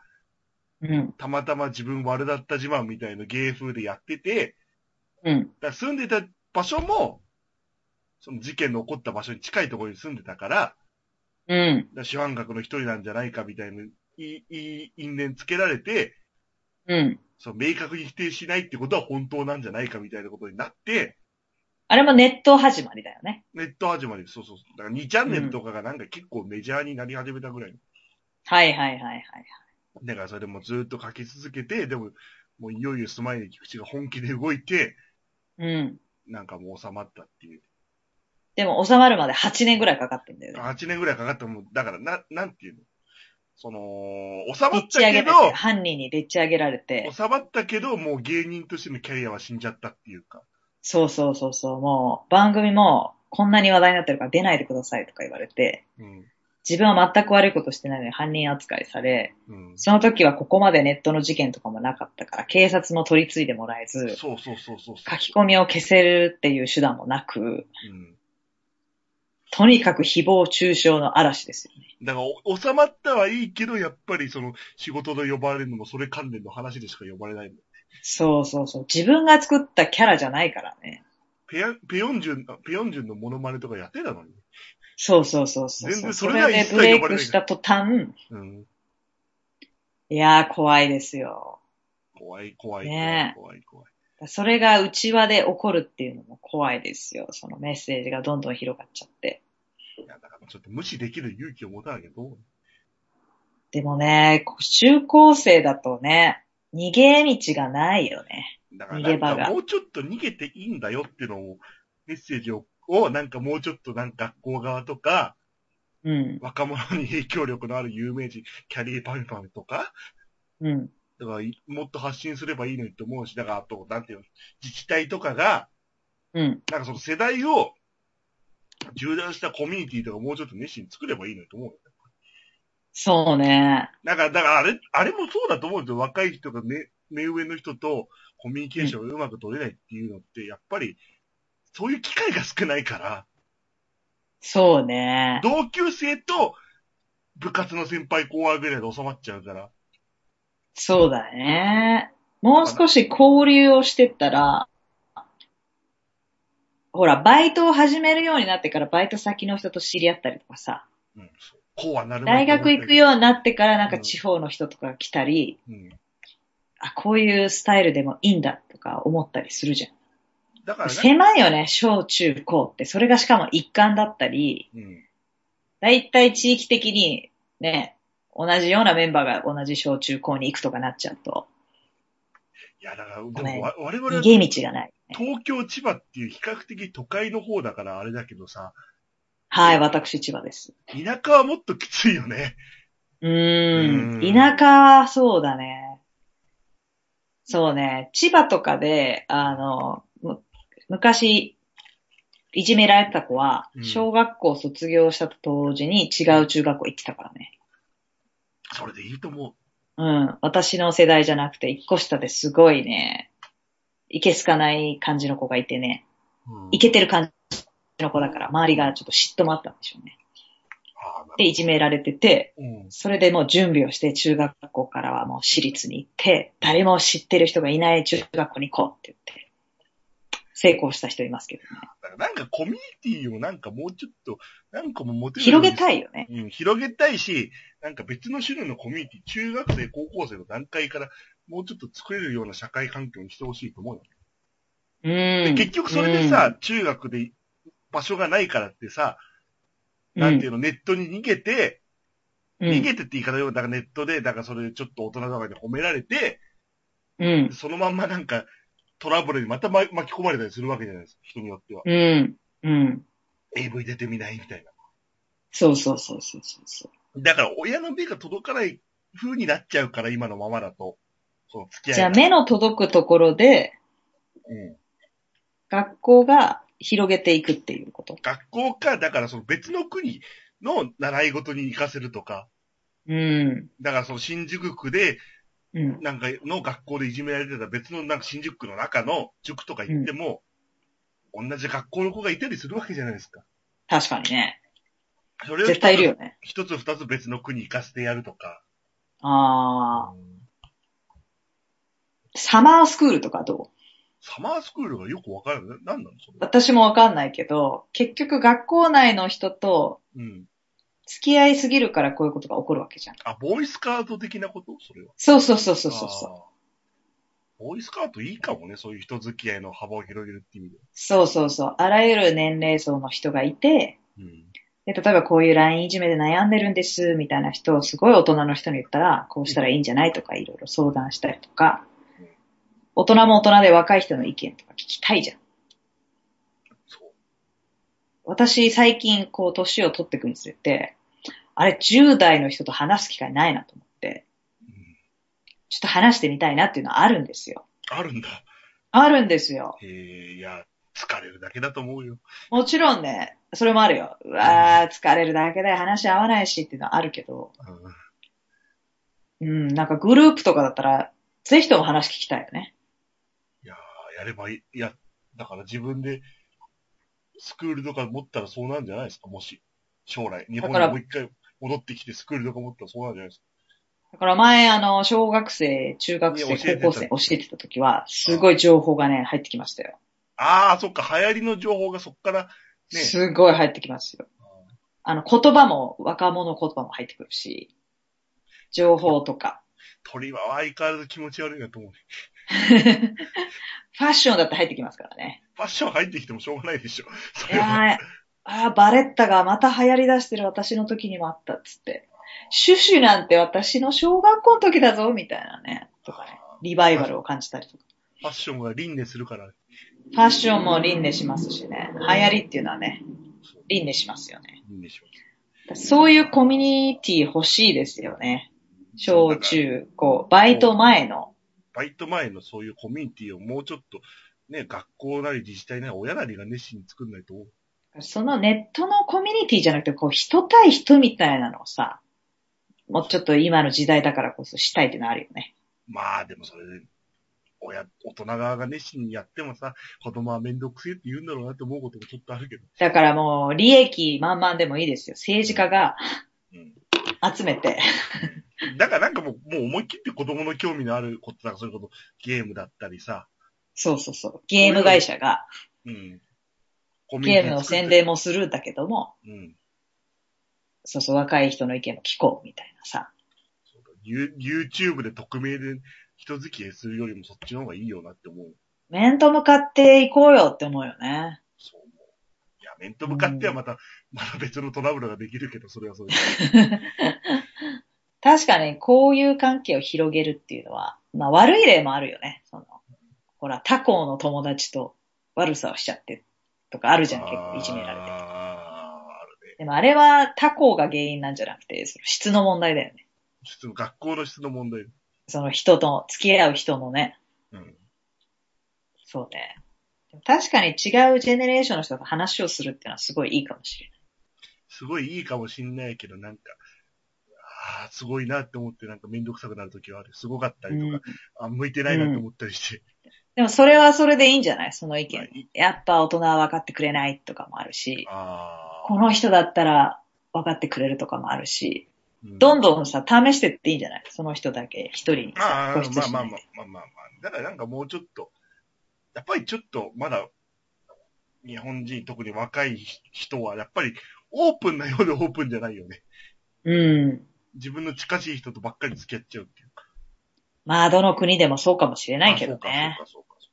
B: うん。
A: たまたま自分悪だった自慢みたいな芸風でやってて、
B: うん。
A: だから住んでた場所も、その事件の起こった場所に近いところに住んでたから、だか
B: うん。
A: ら主犯格の一人なんじゃないかみたいな、いい、いい因縁つけられて、
B: うん。
A: その明確に否定しないってことは本当なんじゃないかみたいなことになって、
B: あれもネット始まりだよね。
A: ネット始まり、そうそうそう。だから2チャンネルとかがなんか結構メジャーになり始めたぐらい。
B: はいはいはいはい。
A: だからそれもずっと書き続けて、でも、もういよいよスマイル菊池が本気で動いて、
B: うん。
A: なんかもう収まったっていう。で
B: でも収まるまで8年ぐらいかかってんだよね。
A: 8年ぐらいかかったもん、だから、な、なんていうのその、収ま
B: で
A: っ
B: っち
A: た
B: 上げ
A: け
B: られて、
A: ど、
B: 犯人にでっち上げられて、
A: 収まったけど、もう芸人としてのキャリアは死んじゃったっていうか。
B: そうそうそうそう、もう番組もこんなに話題になってるから出ないでくださいとか言われて、
A: うん。
B: 自分は全く悪いことしてないのに犯人扱いされ、
A: うん。
B: その時はここまでネットの事件とかもなかったから、警察も取り継いでもらえず、
A: そうそうそうそうそ
B: 書き込みを消せるっていう手段もなく、
A: う。うん。
B: とにかく誹謗中傷の嵐ですよね。
A: だからお、収まったはいいけど、やっぱりその、仕事で呼ばれるのも、それ関連の話でしか呼ばれないもん。
B: そうそうそう。自分が作ったキャラじゃないからね。
A: ペヤペヨンジュン、ペヨンジュンのモノマネとかやってたのに。
B: そうそうそうそう。
A: 全然
B: そ
A: そ
B: れ
A: れが
B: で
A: 一切呼
B: ブ
A: ばれ
B: レ
A: な
B: イ
A: い
B: クした途端、
A: うん。
B: いやー怖いですよ。
A: 怖い、怖い、
B: ねえ
A: 怖い、怖い。
B: それが内輪で起こるっていうのも怖いですよ。そのメッセージがどんどん広がっちゃって。
A: いや、だからちょっと無視できる勇気を持たなきゃどう
B: でもね、中高生だとね、逃げ道がないよね。
A: だから
B: 逃げ場
A: な
B: が
A: んかもうちょっと逃げていいんだよっていうのを、メッセージを、をなんかもうちょっとなんか学校側とか、
B: うん、
A: 若者に影響力のある有名人、キャリーパミュパミュとか、
B: うん、
A: だからいもっと発信すればいいのにと思うし、だからあと、なんていうの、自治体とかが、
B: うん。
A: なんかその世代を、縦断したコミュニティとかもうちょっと熱心に作ればいいのにと思うよ。
B: そうね。
A: なんか、だからあれ、あれもそうだと思うんですよ。若い人が目、目上の人とコミュニケーションがうまく取れないっていうのって、やっぱり、そういう機会が少ないから、
B: そうね。
A: 同級生と部活の先輩後輩ぐらいで収まっちゃうから、
B: そうだね。もう少し交流をしてったら、ほら、バイトを始めるようになってからバイト先の人と知り合ったりとかさ、
A: うん、そうこうはなるまい
B: 大
A: と思った
B: 学
A: けど
B: 行く。ようになってからなんか地方の人とかが来たり、
A: うん。
B: あ、こういうスタイルでもいいんだとか思ったりするじ
A: だか
B: ゃん。
A: らね、
B: 狭いよね、小中高って。それがしかも一貫だったり、
A: うん。
B: だいたい地域的にね、同じようなメンバーが同じ小中高に行くとかなっちゃうと、
A: いや、だから、で
B: ごめん
A: もわ、我々
B: 逃
A: は
B: げ道がない。
A: 東京、千葉っていう比較的都会の方だからあれだけどさ、
B: はい、私千葉です。
A: 田舎はもっときついよね。
B: うーん。
A: うん
B: 田舎はそうだね。そうね。千葉とかで、あの、む昔、いじめられてた子は
A: う、ん
B: 小学校卒業したと同時に違う中学校行ってたからね。
A: それでいいと思
B: うん。私の世代じゃなくて、一個下ですごいね、いけすかない感じの子がいてね、
A: う。うん
B: いけてる感じの子だから、周りがちょっと嫉妬もあったんでしょうね。
A: ああなる
B: で、いじめられてて、
A: うん。
B: それでもう準備をして、中学校からはもう私立に行って、誰も知ってる人がいない中学校に行こうって言って、成功した人いますけどね。
A: だからなんかコミュニティをなんかもうちょっと、なんかもう持てるように
B: 広げたいよね。
A: うん、広げたいし、なんか別の種類のコミュニティ、中学生、高校生の段階から、もうちょっと作れるような社会環境にしてほしいと思うよ。
B: うん。
A: 結局それでさ、中学で場所がないからってさ、
B: うん、
A: なんていうの、ネットに逃げて、
B: うん、
A: 逃げてって言い方よ、だからネットで、だからそれでちょっと大人様に褒められて、
B: うん。
A: そのまんまなんかトラブルにまたま巻き込まれたりするわけじゃないですか、人によっては。
B: うん。うん。
A: AV 出てみないみたいな。
B: そうそうそうそうそうそう。
A: だから親の目が届かない風になっちゃうから、今のままだと。その付き合い
B: じゃあ
A: が
B: 目の届くところで、
A: うん
B: 学校が広げていくっていうこと。
A: 学校か、だからその別の国の習い事に行かせるとか、
B: うん。
A: だからその新宿区で、
B: うん。
A: なんかの学校でいじめられてた別のなんか新宿区の中の塾とか行っても、同じ学校の子がいたりするわけじゃないですか。
B: 確かにね。
A: それを一つ
B: 絶対いるよね。
A: 一つ二つ別の国行かせてやるとか。
B: ああ。サマースクールとかどう
A: サマースクールがよくわからない。なんなのそれ。
B: 私もわかんないけど、結局学校内の人と
A: うん。
B: 付き合いすぎるからこういうことが起こるわけじゃん。
A: あ、ボーイスカート的なことそれは。
B: そうそうそうそうそうそう。
A: あーボーイスカートいいかもね。そういう人付き合いの幅を広げるっていう意味で。
B: そうそうそう。あらゆる年齢層の人がいて、
A: うん。
B: で、例えばこういう LINE いじめで悩んでるんです、みたいな人をすごい大人の人に言ったら、こうしたらいいんじゃないとかいろいろ相談したりとか
A: うん、
B: 大人も大人で若い人の意見とか聞きたいじゃん。
A: そう。
B: 私最近こう年を取っていくにつれて、あれ10代の人と話す機会ないなと思って、
A: うん
B: ちょっと話してみたいなっていうのはあるんですよ。
A: あるんだ。
B: あるんですよ。
A: えー、いや、疲れるだけだと思うよ。
B: もちろんね、それもあるよ。うわー、疲れるだけで話合わないしっていうのはあるけど、
A: うん
B: うん、なんかグループとかだったら、ぜひとも話聞きたいよね。
A: やればいい。いや、だから自分で、スクールとか持ったらそうなんじゃないですか、もし。将来。日本に
B: だから
A: もう一回戻ってきてスクールとか持ったらそうなんじゃないです
B: だから前、あの、小学生、中学
A: いや教え
B: 生、
A: てた
B: 高校生教えてた時は、すごい情報がね、入ってきましたよ。
A: か。ああ、そっか、流行りの情報がそっから、ね
B: すごい入ってきますよ。あの、言葉も、若者言葉も入ってくるし、情報とか。
A: 鳥は相変わらず気持ち悪いなと思う。
B: ファッションだって入ってきますからね。
A: ファッション入ってきてもしょうがないでしょ。そ
B: い
A: れは。
B: やーあーバレッタがまた流行り出してる私の時にもあったっつって。シュシュなんて私の小学校の時だぞ、みたいなね。とかね。リバイバルを感じたりとか。
A: ファッションが輪廻するから、
B: ファッションも輪廻しますしね。流行りっていうのはね、輪廻しますよね。
A: 輪廻します。
B: そういうコミュニティ欲しいですよね。小中高、バイト前の。
A: バイト前のそういうコミュニティをもうちょっと、ね、学校なり自治体なり親なりが熱心に作んないと思う。
B: そのネットのコミュニティじゃなくて、こう人対人みたいなのをさ、もうちょっと今の時代だからこそしたいっていうのあるよね。
A: まあ、でもそれで、親、大人側が熱心にやってもさ、子供はめんどくせえって言うんだろうなって思うこともちょっとあるけど。
B: だからもう利益満々でもいいですよ。政治家が
A: う
B: 集めて。
A: ん。だからなんかもう、もう思い切って子供の興味のあることだから、そういうこと、ゲームだったりさ、
B: そうそうそう。ゲーム会社が
A: うん。コミュニ
B: ゲ
A: テ
B: ームの
A: 作って
B: 宣。伝もするんだけども、
A: うん。
B: そうそう若い人の意見も聞こうみたいなさ。
A: そうだ You- YouTube で匿名で人付き合いするよりもそっちの方がいいよなって思う。
B: 面と向かっていこうよって思うよね。
A: そう思う。いや、面と向かってはまた、また別のトラブルができるけど、それはそれで。
B: 確かにこういう関係を広げるっていうのは、まあ悪い例もあるよね。その、ほら、他校の友達と悪さをしちゃってとかあるじゃん、結構いじめられて。
A: あーあるね。
B: でもあれは他校が原因なんじゃなくて、その質の問題だよね。
A: 質の学校の質の問題。
B: その人と、付き合う人のね。
A: うん。
B: そうね。でも確かに違うジェネレーションの人と話をするっていうのはすごいいいかもしれない。
A: すごいいいかもしんないけど、なんか、ああ、すごいなって思って、なんかめんどくさくなるときはある。すごかった
B: う
A: りとか、
B: ん、
A: あ、向いてないなって思ったりして。
B: でもそれはそれでいいんじゃないその意見、
A: は
B: やっぱ大人は分かってくれないとかもあるし、
A: ああ
B: こ。の人だったら分かってくれるとかもあるし、
A: う
B: どんどんさ、試してっていいんじゃないその人だけ、一人に
A: ま
B: さ
A: あ、、
B: 固
A: まあ
B: 執し
A: ま
B: な
A: あまあ
B: いで
A: まあまあまあ。だからなんかもうちょっと、やっぱりちょっとまだ、日本人、特に若い人は、やっぱりオープンなようでオープンじゃないよね。
B: うん。
A: 自分の近しい人とばっかり付き合っちゃうっていうか。
B: まあ、どの国でもそうかもしれないけどね。
A: あ。そうか、そうか、そ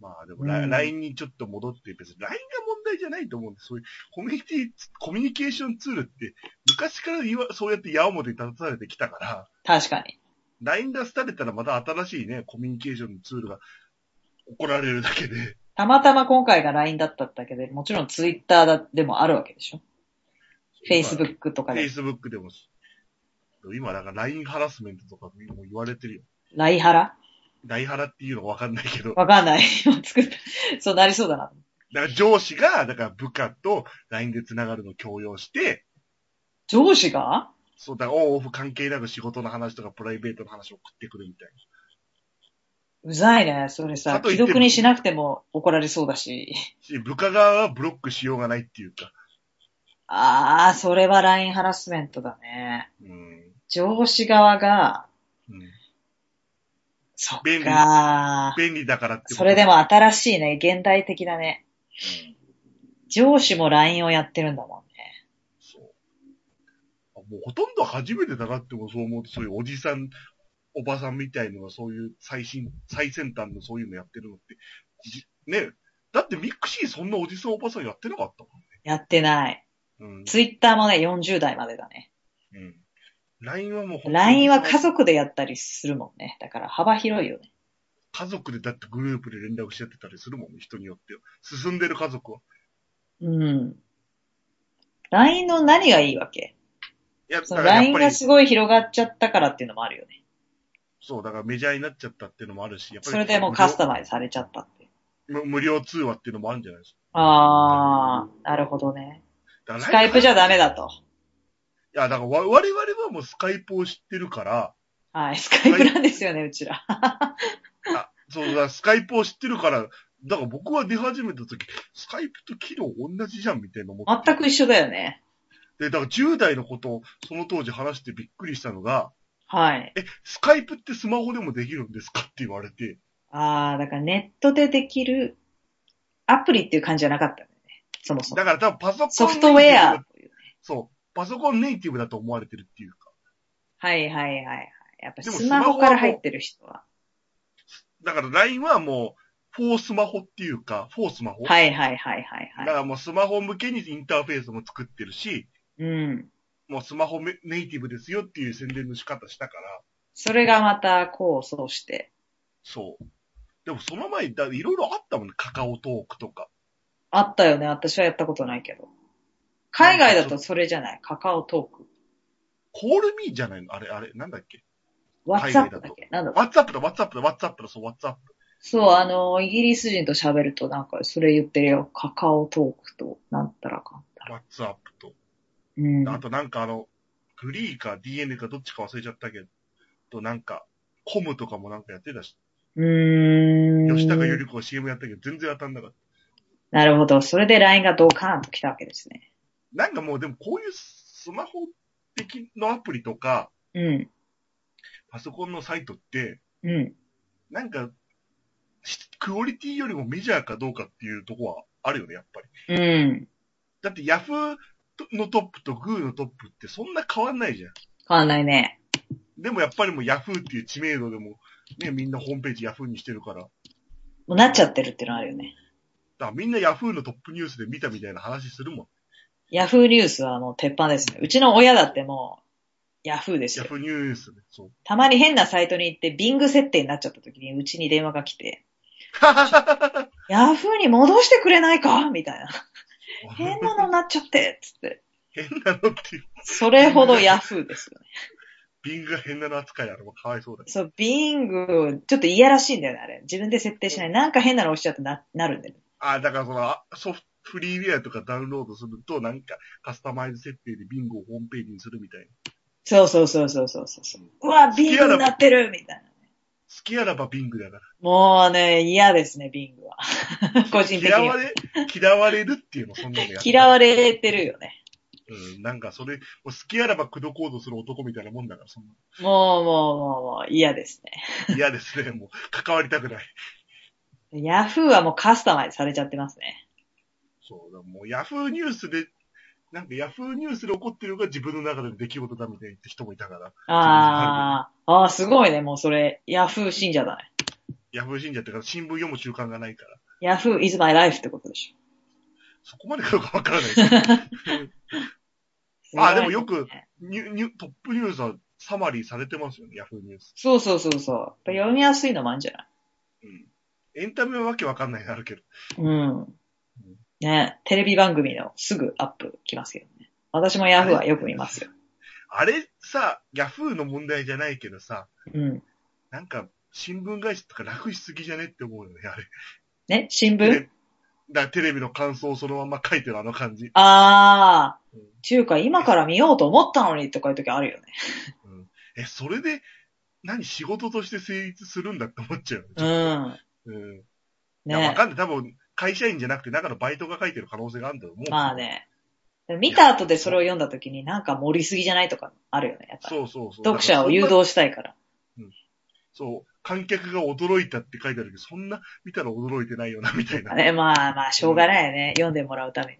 A: うか。まあでも、ラ
B: うん
A: LINE にちょっと戻って、別に LINE が問題じゃないと思うんで、そういうコミュニティ、コミュニケーションツールって、昔から言わそうやって矢面に立たされてきたから、
B: 確かに。
A: LINE が廃れたらまた新しいね、コミュニケーションのツールが怒られるだけで、
B: たまたま今回が LINE だっただけで、もちろん Twitter でもあるわけでしょ ?Facebook とかで、
A: Facebook でも、今なんか LINE ハラスメントとかも言われてるよ。
B: ライハラ
A: 大ハラっていうのがわかんないけど、
B: わかんない。 今作った。そうなりそうだな。
A: だから上司が、だから部下と LINE で繋がるのを強要して、
B: 上司が
A: そうだ、オンオフ関係なく仕事の話とかプライベートの話を送ってくるみたいう
B: ざいね。それさ、
A: かといっ
B: 既
A: ても
B: 読にしなくても怒られそうだし。
A: なし。部下側はブロックしようがないっていうか、
B: ああ、それは LINE ハラスメントだね。
A: うん。
B: 上司側が、
A: うん、
B: そっ
A: 便利
B: か
A: 便利だからってこと
B: それで、も新しいね。現代的だね。
A: うん
B: 上司も LINE をやってるんだもんね。
A: そう。もうほとんど初めてだなってもそう思うと、そういうおじさん、おばさんみたいのがそういう最新、最先端のそういうのやってるのって、じね、だってミクシーそんなおじさんおばさんやってなかったも
B: やってない。
A: ん。うん。
B: Twitter もね、40代までだね。
A: うん。LINE はもうほんとに
B: LINE は家族でやったりするもんね。だから幅広いよね。
A: 家族でだってグループで連絡し合ってたりするもんね、人によっては。進んでる家族は。
B: うん。LINE の何がいいわけ
A: いや、だ
B: そ
A: か
B: の
A: らやっ
B: LINE
A: ぱり
B: が、すごい広がっちゃったからっていうのもあるよね。
A: そう、だからメジャーになっちゃったっていうのもあるし、やっぱり
B: それでもうカスタマイズされちゃったって。
A: 無無料通話っていうのもあるんじゃないです
B: あー、なるほどね。
A: か。
B: スカイプじ
A: ゃ
B: ゃダメだと。
A: いや、だからわ我々はもうスカイプを知ってるから、
B: はい、スカイプなんですよね、うちら。
A: あそうだ、スカイプを知ってるから、だから僕は出始めた時、スカイプと機能同じじゃんみたいな思って。
B: 全く一緒だよね。
A: で、だから10代のことをその当時話してびっくりしたのが、
B: はい。
A: え、スカイプってスマホでもできるんですかって言われて、
B: あー、だからネットでできるアプリっていう感じじゃなかったよね。そもそも。
A: だから多分パソコン
B: ソフトウェ
A: ネイティブ
B: ア
A: だ。そう、パソコンネイティブだと思われてるっていうか。
B: はいはいはいはい。やっぱ
A: でも
B: スマホから入ってる人は。
A: だから LINE はもう、フォースマホっていうか、フォースマホ。
B: はいはいはいはい
A: だか
B: は
A: らもうスマホ向けにインターフェースも作ってるし、
B: い。うん。
A: もうスマホめネイティブですよっていう宣伝の仕方したから、
B: それがまた功を奏して。
A: そう。でもその前、だいろいろあったもんね。カカオトークとか。
B: あったよね。私はやったことないけど。海外だとそれじゃない。カカオトーク。
A: コールミーじゃないのあれ、あれ、なんだっけ海外
B: WhatsApp
A: だと
B: だっけなんだ
A: ワッツアップだ、ワッツアップだ、ワッツアップだ、そう、ワッツアップ。
B: そう、あの、イギリス人と喋るとなんかそれ言ってるよ。カカオトークと、なんたらかんたら。
A: ワッツアップと。
B: うん。
A: あとなんかあの、グリーか DNA かどっちか忘れちゃったけど、となんか、コムとかもなんかやってたし、
B: うーん。
A: 吉高由里子が CM やったけど全然当たんなかった。
B: なるほど。それで LINE がドカーンと来たわけですね。
A: なんかもうでもこういうスマホ的のアプリとか、
B: うん。
A: パソコンのサイトって、
B: うん。
A: なんか、しクオリティよりもメジャーかどうかっていうとこはあるよね、やっぱり。
B: うん。
A: だってヤフーのトップとグーのトップってそんな変わんないじゃん。
B: 変わんないね。
A: でもやっぱりもうヤフーっていう知名度でも、ね、みんなホームページヤフーにしてるから、だか
B: もうなっちゃってるっていうのあるよね。
A: らみんなヤフーのトップニュースで見たみたいな話するもん。
B: ヤフーニュースはもう鉄板ですね。うちの親だってもう、ヤフーです
A: ヤ
B: よ。
A: フーニュースで、そう。
B: たまに変なサイトに行って、ビング設定になっちゃった時に、うちに電話が来 て、ヤフーに戻してくれないかみたいな。 変なのになっちゃってつって。
A: 変なのっていう、
B: それほどヤフーですよね。
A: ビングが変なの扱いあるのかわいそうだけ
B: そう、ビング、ちょっといやらしいんだよね、あれ。自分で設定しない。なんか変なの押しちゃってな、なるんだよね。
A: ど。ああ、だからその、あソフト、フリーウェアとかダウンロードすると、なんかカスタマイズ設定でビングをホームページにするみたいな。
B: そうそうそうそうそうそう。うわ、ビングになってるみたいな。
A: 好きあらばビングだか
B: もうね、嫌ですね、ビングは。 個
A: ら。
B: 人的
A: 嫌
B: に
A: わ
B: は。
A: れ、嫌われるっていうの、そんなのやった
B: 嫌われてるよね。
A: うん、なんかそれ、もう好きあらば口説こうとする男みたいなもんだから、そんな。
B: もうもうもうもう嫌ですね。
A: 嫌ですね、もう、関わりたくない。
B: ヤフーはもうカスタマイズされちゃってますね。
A: そう、だからもうヤフーニュースで、なんかヤフーニュースで起こってるのが自分の中での出来事だみたいな人もいたから、
B: あー、あーすごいね、もうそれ、ヤフー信者だね。
A: ヤフー信者ってから新聞読む習慣がないから、
B: ヤフー is my life ってことでしょ。
A: そこまでかどうかわからないけどあでもよく
B: すごいね
A: ニュニュトップニュースはサマリーされてますよね、ヤフーニュース。
B: そうそうそうそう。やっぱ読みやすいのもあるんじゃない
A: うん。エンタメはわけわかんないのあるけど。
B: うん。ね、テレビ番組のすぐアップ来ますけどね。私もヤフーはよく見ますよ。
A: あれさ、ヤフーの問題じゃないけどさ、
B: うん。
A: なんか新聞会社とか楽しすぎじゃねって思うよね、あれ。
B: ね、新
A: テレ
B: 聞
A: ビだからテレビの感想をそのまま書いてるあの感じ。
B: あー
A: うん。
B: ちゅうか、今から見ようと思ったのにとかいう時あるよね。
A: え、それで、何仕事として成立するんだって思っちゃうよ
B: う
A: ね。
B: ん。
A: うん。いや、わ
B: ね。
A: かんない。多分、会社員じゃなくて中のバイトが書いてる可能性があるんだと思う。
B: まあ。ね。見た後でそれを読んだ時になんか盛りすぎじゃないとかあるよね、やっぱり。
A: そうそうそう。
B: 読者を誘
A: だから
B: 導したいから。
A: そんな。そう。観客が驚いたって書いてあるけど、そんな見たら驚いてないよな、みたいな。
B: ね、まあまあ、しょうがないよね。読んでもらうため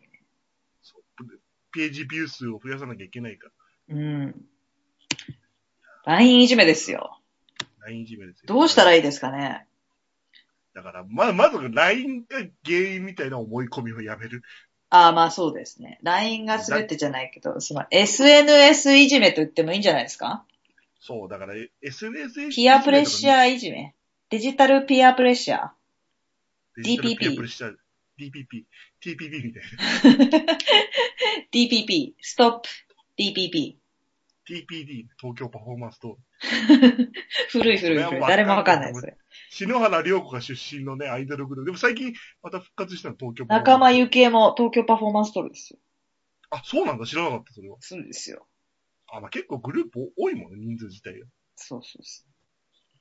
A: ページビュー数を増やさなきゃいけないから。
B: に。うん。LINE いじめですよ。
A: LINE いじめですよ。
B: どうしたらいいですかね
A: だから、ま、まず LINE が原因みたいな思い込みをやめる。
B: ああ、まあそうですね。LINE が全てじゃないけど、その SNS いじめと言ってもいいんじゃないですか
A: そう、だから、え SNS
B: ピアプレッシ
A: ー、
B: ャーいじめ。デジタルピアプレッシャー。
A: デジタルピアプレッシャー、DPP、TPP みたいな。
B: DPP。ストップ DPP。
A: TPD、東京パフォーマンスと、
B: 古い古い
A: これはわ
B: 古い。
A: かんない
B: 誰もわかんないです。
A: 篠原涼子が出身のね、アイドルグループ。でも最近、また復活したの東京パフォーマンス。
B: 仲間由紀恵も東京パフォーマンス撮るんですよ。
A: あ、そうなんだ、知らなかった、それは。
B: そうですよ。
A: あ、まあ、結構グループ多いもんね、人数自体が。
B: そうそうそう。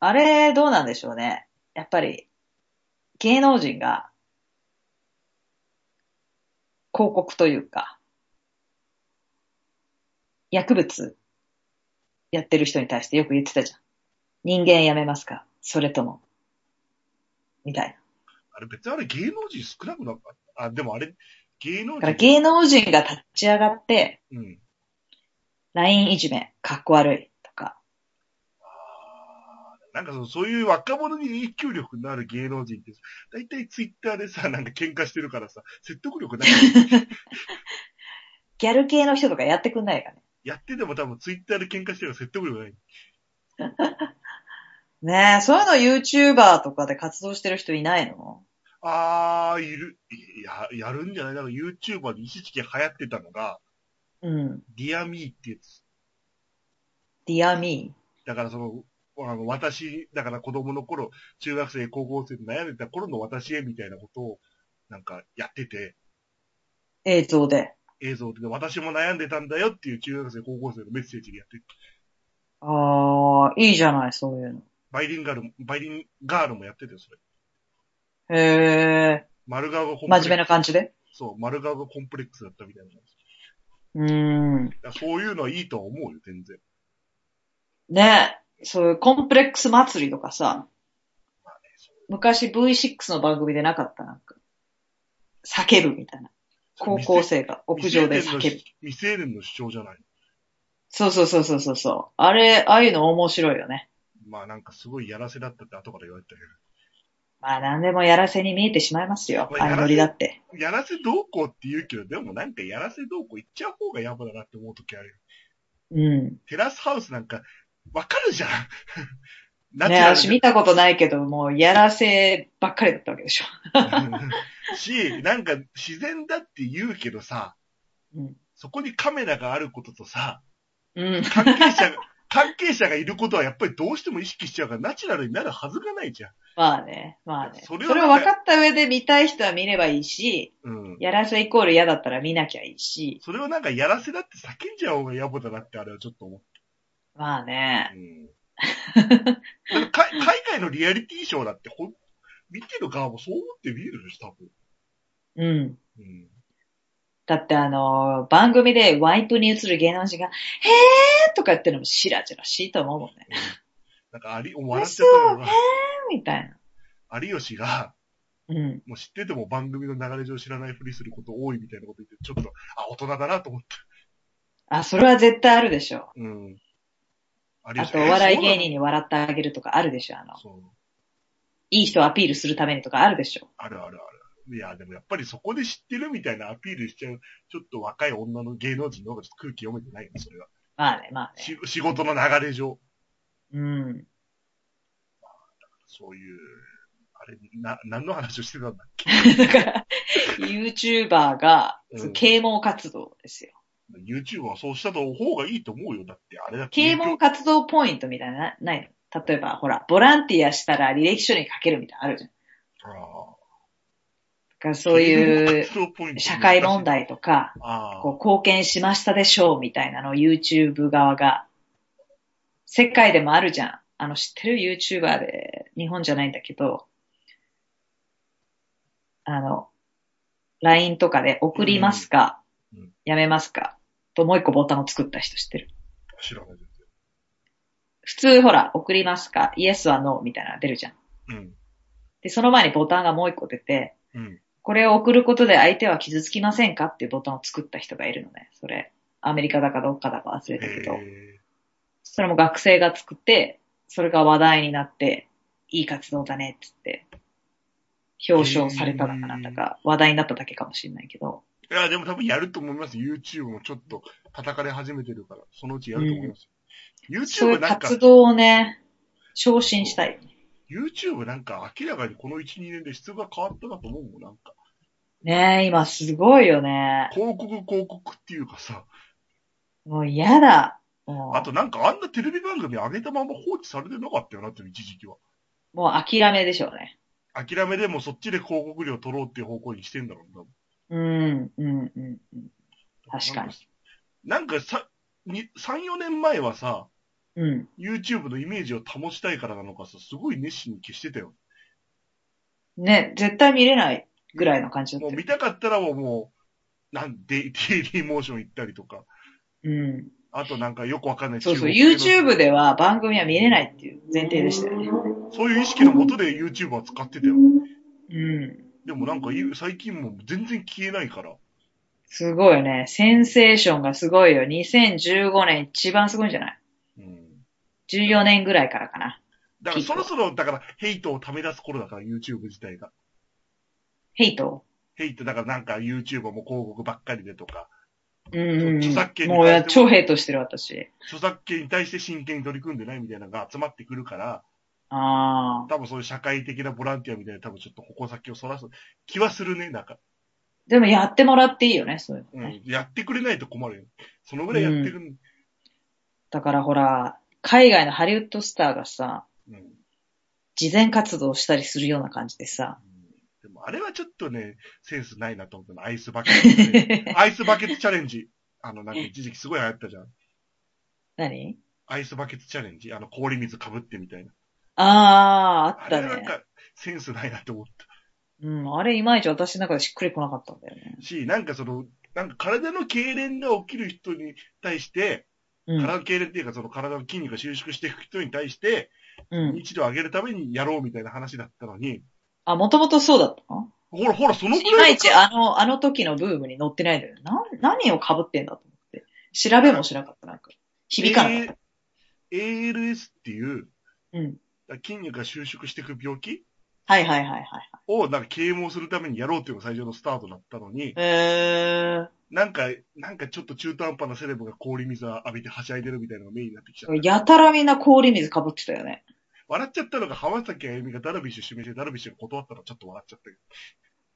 B: あれ、どうなんでしょうね。やっぱり、芸能人が、広告というか、薬物やってる人に対してよく言ってたじゃん。人間やめますかそれとも。みたいな。
A: あれ、別にあれ芸能人少なくなかった。あ、でもあれ、芸能
B: だから
A: 人。
B: 芸能人が立ち上がって、
A: うん。
B: LINE いじめ、かっこ悪いとか、
A: あーなんかそのそういう若者に影響力のある芸能人って、だいたいツイッターでさ、なんか喧嘩してるからさ、説得力 ない。
B: ギャル系の人とかやってくんないかね。
A: やってても多分ツイッターで喧嘩してるから説得力ない。
B: ねえ、そういうの YouTuber とかで活動してる人いないの
A: あー、いる、いや、やるんじゃないなんか YouTuber で一時期流行ってたのが、
B: うん。
A: ディアミーってやつ。
B: Dear Me。
A: だからその、あの、私、だから子供の頃、中学生、高校生で悩んでた頃の私へみたいなことを、なんかやってて、
B: 映像で。
A: 映像で、私も悩んでたんだよっていう中学生、高校生のメッセージでやってて、
B: ああ、いいじゃない、そういうの。
A: バイリンガルも、バイリンガールもやってて、それ。
B: へえ、
A: 丸顔がコンプレッ
B: 真
A: クス。
B: 面目な感じで。
A: そう、丸顔がコンプレックスだったみたいな。
B: うーん。
A: だからそういうのはいいとは思うよ、全然。
B: ねえ、そういうコンプレックス祭りとかさ、昔 V6 の番組でなかった、なんか、叫ぶみたいな。高校生が屋上で叫ぶ。
A: 未成年の主張じゃない。
B: そうそうそうそうそうそう。あれ、ああいうの面白いよね。
A: まあなんかすごいやらせだったって後から言われたけ
B: まあ何でもやらせに見えてしまいますよ。
A: まあ
B: ああいうノリだって。
A: ど、やらせどうこうって言うけど、でもなんかやらせどうこう言っちゃう方がやばだなって思う時あるよ。
B: うん。
A: テラスハウスなんか、わかるじゃん。ナチ
B: ね
A: ュラル
B: 私見たことないけど、もうやらせばっかりだったわけ でしょ。
A: し、なんか自然だって言うけどさ、
B: うん。
A: そこにカメラがあることとさ、
B: うん。
A: 関 係者が、関係者がいることはやっぱりどうしても意識しちゃうからナチュラルになるはずがないじゃん。
B: まあね、まあね。
A: そ
B: そ
A: れ
B: れ
A: は
B: を分かった上で見たい人は見ればいいし、
A: うん。
B: やらせイコール嫌だったら見なきゃいいし、
A: それをなんかやらせだって叫んじゃう方が野暮だなってあれはちょっと思っ
B: まあ
A: た。
B: ね。
A: うん。なんかか海外のリアリティショーだってほん、見てる側もそう思って見るでしょ、多分。
B: うん。
A: うん。
B: だってあのー、番組でワイプに映る芸能人が、へーとか言ってるのもしらじらしいと思うもんね。
A: なんかあり、笑っちゃったの
B: 嘘
A: が
B: へ、ーみたいな。
A: 有吉が、
B: うん。
A: もう知ってても番組の流れ上知らないふりすること多いみたいなこと言って、ちょっと、あ、大人だなと思った。
B: あ、それは絶対あるでしょ。
A: うん。有
B: あ
A: 吉
B: と、お笑い芸人に笑ってあげるとかあるでしょ。あの、
A: そう。
B: いい人をアピールするためにとかあるでしょ。
A: あるあるある。いや、でもやっぱりそこで知ってるみたいなアピールしちゃう、ちょっと若い女の芸能人の方がちょっと空気読めてないよね、それは。
B: まあね、まあね。
A: し仕事の流れ上、
B: うん。
A: そういう、あれ、な、何の話をしてたんだっけ
B: だから、YouTuber が
A: うん、
B: 啓蒙活動ですよ。
A: ?YouTube はそうした方がいいと思うよ。だって、あれだって。
B: 啓蒙活動ポイントみたいなのな、ないの例えば、ほら、ボランティアしたら履歴書に書けるみたいなのあるじゃん。だ
A: ああ
B: からそ ういう、
A: 啓蒙活動ポイント
B: 社会問。題とか、
A: あ
B: こう貢献しましたでしょうみたいなのを YouTube 側が、世界でもあるじゃん。あの、知ってる YouTuber で、日本じゃないんだけど、あの、LINE とかで送りますか、
A: うんうん
B: やめますかともう一個ボタンを作った人知ってる。
A: あ、知らないです。
B: 普通ほら、送りますかイエスはノーみたいなの出るじゃん。
A: うん。
B: で、その前にボタンがもう一個出て、
A: うん。
B: これを送ることで相手は傷つきませんかっていうボタンを作った人がいるのね。それ、アメリカだかどっかだか忘れたけど。
A: え
B: それも学生が作って、それが話題になって、いい活動だねっつって、表彰されただかなんだか、話題になっただけかもしれないけど、
A: ー、いや、でも多分やると思います。YouTube もちょっと叩かれ始めてるから、そのうちやると思います。
B: そう
A: YouTube
B: いう
A: なんか、
B: 活動をね、昇進したい。
A: YouTube なんか明らかにこの1、2年で質が変わったなと思うもん、なんか。
B: ねえ、今すごいよね。
A: 広告広告っていうかさ、
B: もう嫌だ。もう
A: あとなんかあんなテレビ番組上げたまま放置されてなかったよなって、一時期は。
B: もう諦めでしょうね。
A: 諦めでもうそっちで広告料取ろうっていう方向にしてんだろうな。
B: うん、うん、うん。うん確かに
A: なんかさ、に3、4年前はさ、
B: うん。
A: YouTube のイメージを保ちたいからなのかさ、すごい熱心に消してたよ。
B: ね、絶対見れないぐらいの感じだ
A: も
B: っ
A: う
B: たよ
A: 見。たかったらもう、なんで、DD モーション行ったりとか、
B: うん。
A: あとなんかよくわかんない
B: そうそう、
A: 中国系の
B: YouTube では番組は見れないっていう前提でしたよね。
A: そういう意識のもとで YouTube は使ってたよ。
B: うん。
A: でもなんか言う最近も全然消えないから。
B: すごいよね。センセーションがすごいよ。2015年一番すごいんじゃない
A: うん。
B: ?14 年ぐらいからかな。
A: だからそろそろ、だからヘイトをため出す頃だから YouTube 自体が。
B: ヘイト。
A: ヘイトだからなんか YouTuber も広告ばっかりでとか、
B: うんうん
A: 著作権
B: うん。
A: に
B: もう
A: 関しても
B: や超ヘイトしてる私。
A: 著作権に対して真剣に取り組んでないみたいなのが集まってくるから、
B: ああ。
A: 多分そういう社会的なボランティアみたいな多分ちょっと矛先をそらす気はするね、なんか。
B: でもやってもらっていいよね、そういう
A: う
B: のね。
A: ん。やってくれないと困るよ。そのぐらいやってるん、
B: だからほら、海外のハリウッドスターがさ、
A: うん。うん
B: 慈善活動をしたりするような感じでさ。
A: でもあれはちょっとね、センスないなと思ったの。アイスバケツ、アイスバケツチャレンジ。あの、なんか一時期すごい流行ったじゃん。
B: 何
A: アイスバケツチャレンジ。あの、氷水被ってみたいな。
B: ああ、あ
A: あ
B: っ
A: れ
B: た
A: なん
B: ね。
A: か、センスないなって思った
B: うん、あれいまいち私の中でしっくりこなかったんだよね。
A: し、なんかその、なんか体の痙攣が起きる人に対して、
B: うん。
A: 体の痙攣っていうかその体の筋肉が収縮していく人に対して、
B: うん。
A: 一度上げるためにやろうみたいな話だったのに、
B: あ、もともとそうだったの
A: ほら、ほら、その
B: い
A: く
B: ま
A: らい
B: い
A: の
B: ちあの、あの時のブームに乗ってないんだよ。な、何を被ってんだと思って。調べもしなかった、なんか。響かなかっ
A: A- ALS っていう、
B: た。うん。
A: 筋肉が収縮していく病気
B: はいはいはいはい。
A: を、なんか啓蒙するためにやろうっていうのが最初のスタートだったのに、
B: え
A: なんか、なんかちょっと中途半端なセレブが氷水浴びてはしゃいでるみたいなのがメインになってきちゃった
B: ー、。やたらみんな氷水被ってたよね。
A: 笑っちゃったのが浜崎あゆみがダルビッシュ指名してダルビッシュが断ったのちょっと笑っちゃったけど。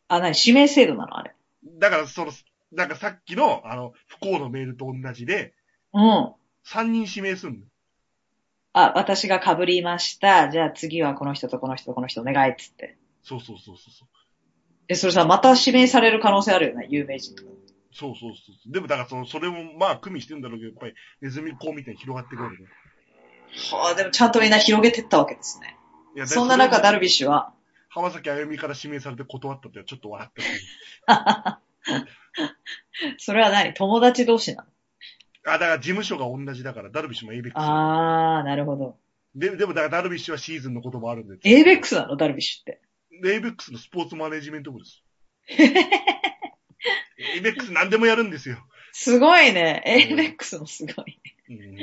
B: あ、なに、指名制度なのあれ。
A: だから、その、なんかさっきの、あの、不幸のメールと同じで、
B: うん。
A: 3人指名すんの。
B: あ、私が被りました。じゃあ次はこの人とこの人とこの人お願いっつって。
A: そうそうそうそうそう。
B: え、それさ、また指名される可能性あるよね、有名人とか。
A: そうそうそう。でもだからその、それもまあ、組みしてんだろうけど、やっぱりネズミ講みたいに広がってくるよね。
B: はあ、でもちゃんとみんな広げてったわけですね。
A: いや
B: そんな中、ダルビッシュは、
A: 浜崎あゆみから指名されて断ったってちょっと笑ったし。
B: それは何友達同士なの
A: あ、だから事務所が同じだから、ダルビッシュもエイベックス。
B: あー、なるほど。
A: で、でもだからダルビッシュはシーズンのこともあるんで。
B: エイベックスなのダルビッシュって。
A: エイベックスのスポーツマネジメント部 です。エイベックス何でもやるんですよ。
B: すごいね。エイベックスもすごい。
A: うん、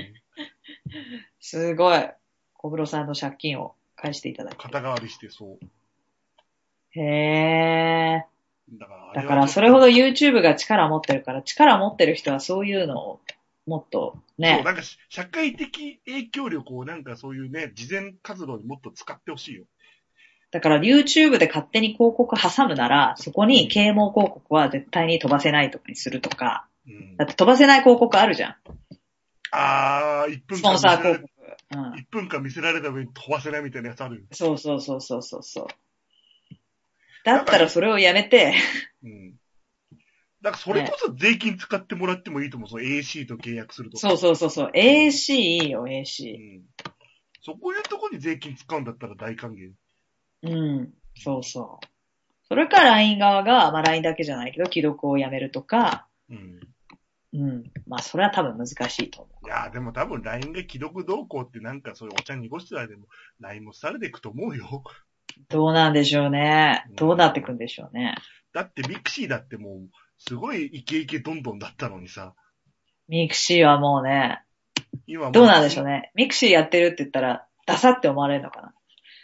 B: すごい。小室さんの借金を返していただき。
A: 肩代わりしてそう。
B: へー。
A: だからあれはちょっと、
B: だから、それほど YouTube が力持ってるから、力持ってる人はそういうのを、もっと
A: そう、
B: ね。
A: なんかし社会的影響力をなんかそういうね、事前活動にもっと使ってほしいよ。
B: だから YouTube で勝手に広告挟むなら、そこに啓蒙広告は絶対に飛ばせないとかにするとか。
A: うん
B: だって飛ばせない広告あるじゃん。
A: あー、1分
B: スポ
A: 間
B: ン
A: 見
B: サー
A: せら
B: 広
A: れ、
B: 告。うん。
A: 一分間見せられた上に飛ばせないみたいなやつあるよ。
B: そうそうそうそうそうそう。だったらそれをやめて、
A: うん。だからそれこそ税金使ってもらってもいいと思う。その AC と契約するとか。
B: そうそうそうそう。AC いいよ、AC。
A: うん。そこいうとこに税金使うんだったら大歓迎。
B: うん、そうそう。それか LINE 側が、まあ LINE だけじゃないけど、既読をやめるとか、
A: うん。
B: うん。まあそれは多分難しいと思
A: いやーでも多分 LINE が既読動向ってなんかそういうお茶濁してたらでも LINE もされていくと思うよ。
B: う。どうなんでしょうね
A: うん。
B: どうなってくんでしょうね。
A: だってミクシーだってもうすごいイケイケどんどんだったのにさ。
B: ミクシーはもうね、
A: 今も
B: どうなんでしょう
A: ね。
B: ね。ミクシーやってるって言ったら、ダサって思われるのかな。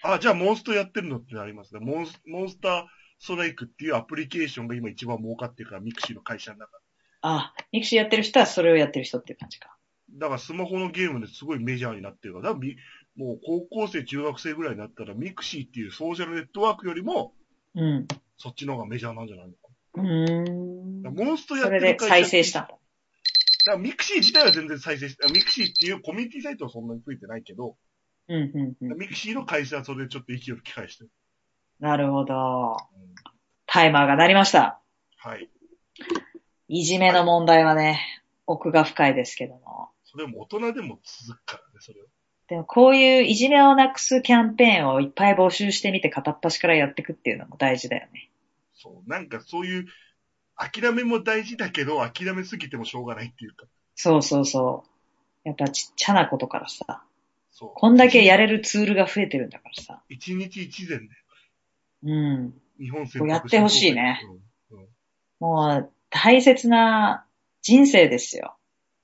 A: あ、じゃあモンストやってるのってなりますね。モンスモンスターストライクっていうアプリケーションが今一番儲かってるからミクシーの会社の中で
B: あ、ミクシーやってる人はそれをやってる人っていう感じか。
A: だからスマホのゲームですごいメジャーになってるから、だからみもう高校生、中学生ぐらいになったら、ミクシーっていうソーシャルネットワークよりも、
B: うん。
A: そっちの方がメジャーなんじゃないのか
B: うー
A: だ
B: ん。
A: からモンストや
B: そ
A: って
B: れ
A: る
B: で
A: 会社
B: 再生したんだ。
A: だからミクシー自体は全然再生して、あミクシーっていうコミュニティサイトはそんなに増えてないけど、
B: うん、うん、うん。
A: ミクシーの会社はそれでちょっと息を吹き返してる。
B: なるほど。
A: うん
B: タイマーが鳴りました。
A: はい。
B: いじめの問題はね、奥が深いですけども。
A: それも大人でも続くからね、それは。
B: でもこういういじめをなくすキャンペーンをいっぱい募集してみて片っ端からやっていくっていうのも大事だよね。
A: そう。なんかそういう、諦めも大事だけど、諦めすぎてもしょうがないっていうか。
B: そうそうそう。やっぱちっちゃなことからさ、
A: そう。
B: こんだけやれるツールが増えてるんだからさ。
A: 一日一善で、
B: うん。
A: 日本戦
B: やってほしいね。
A: うん
B: もう大切な人生ですよ。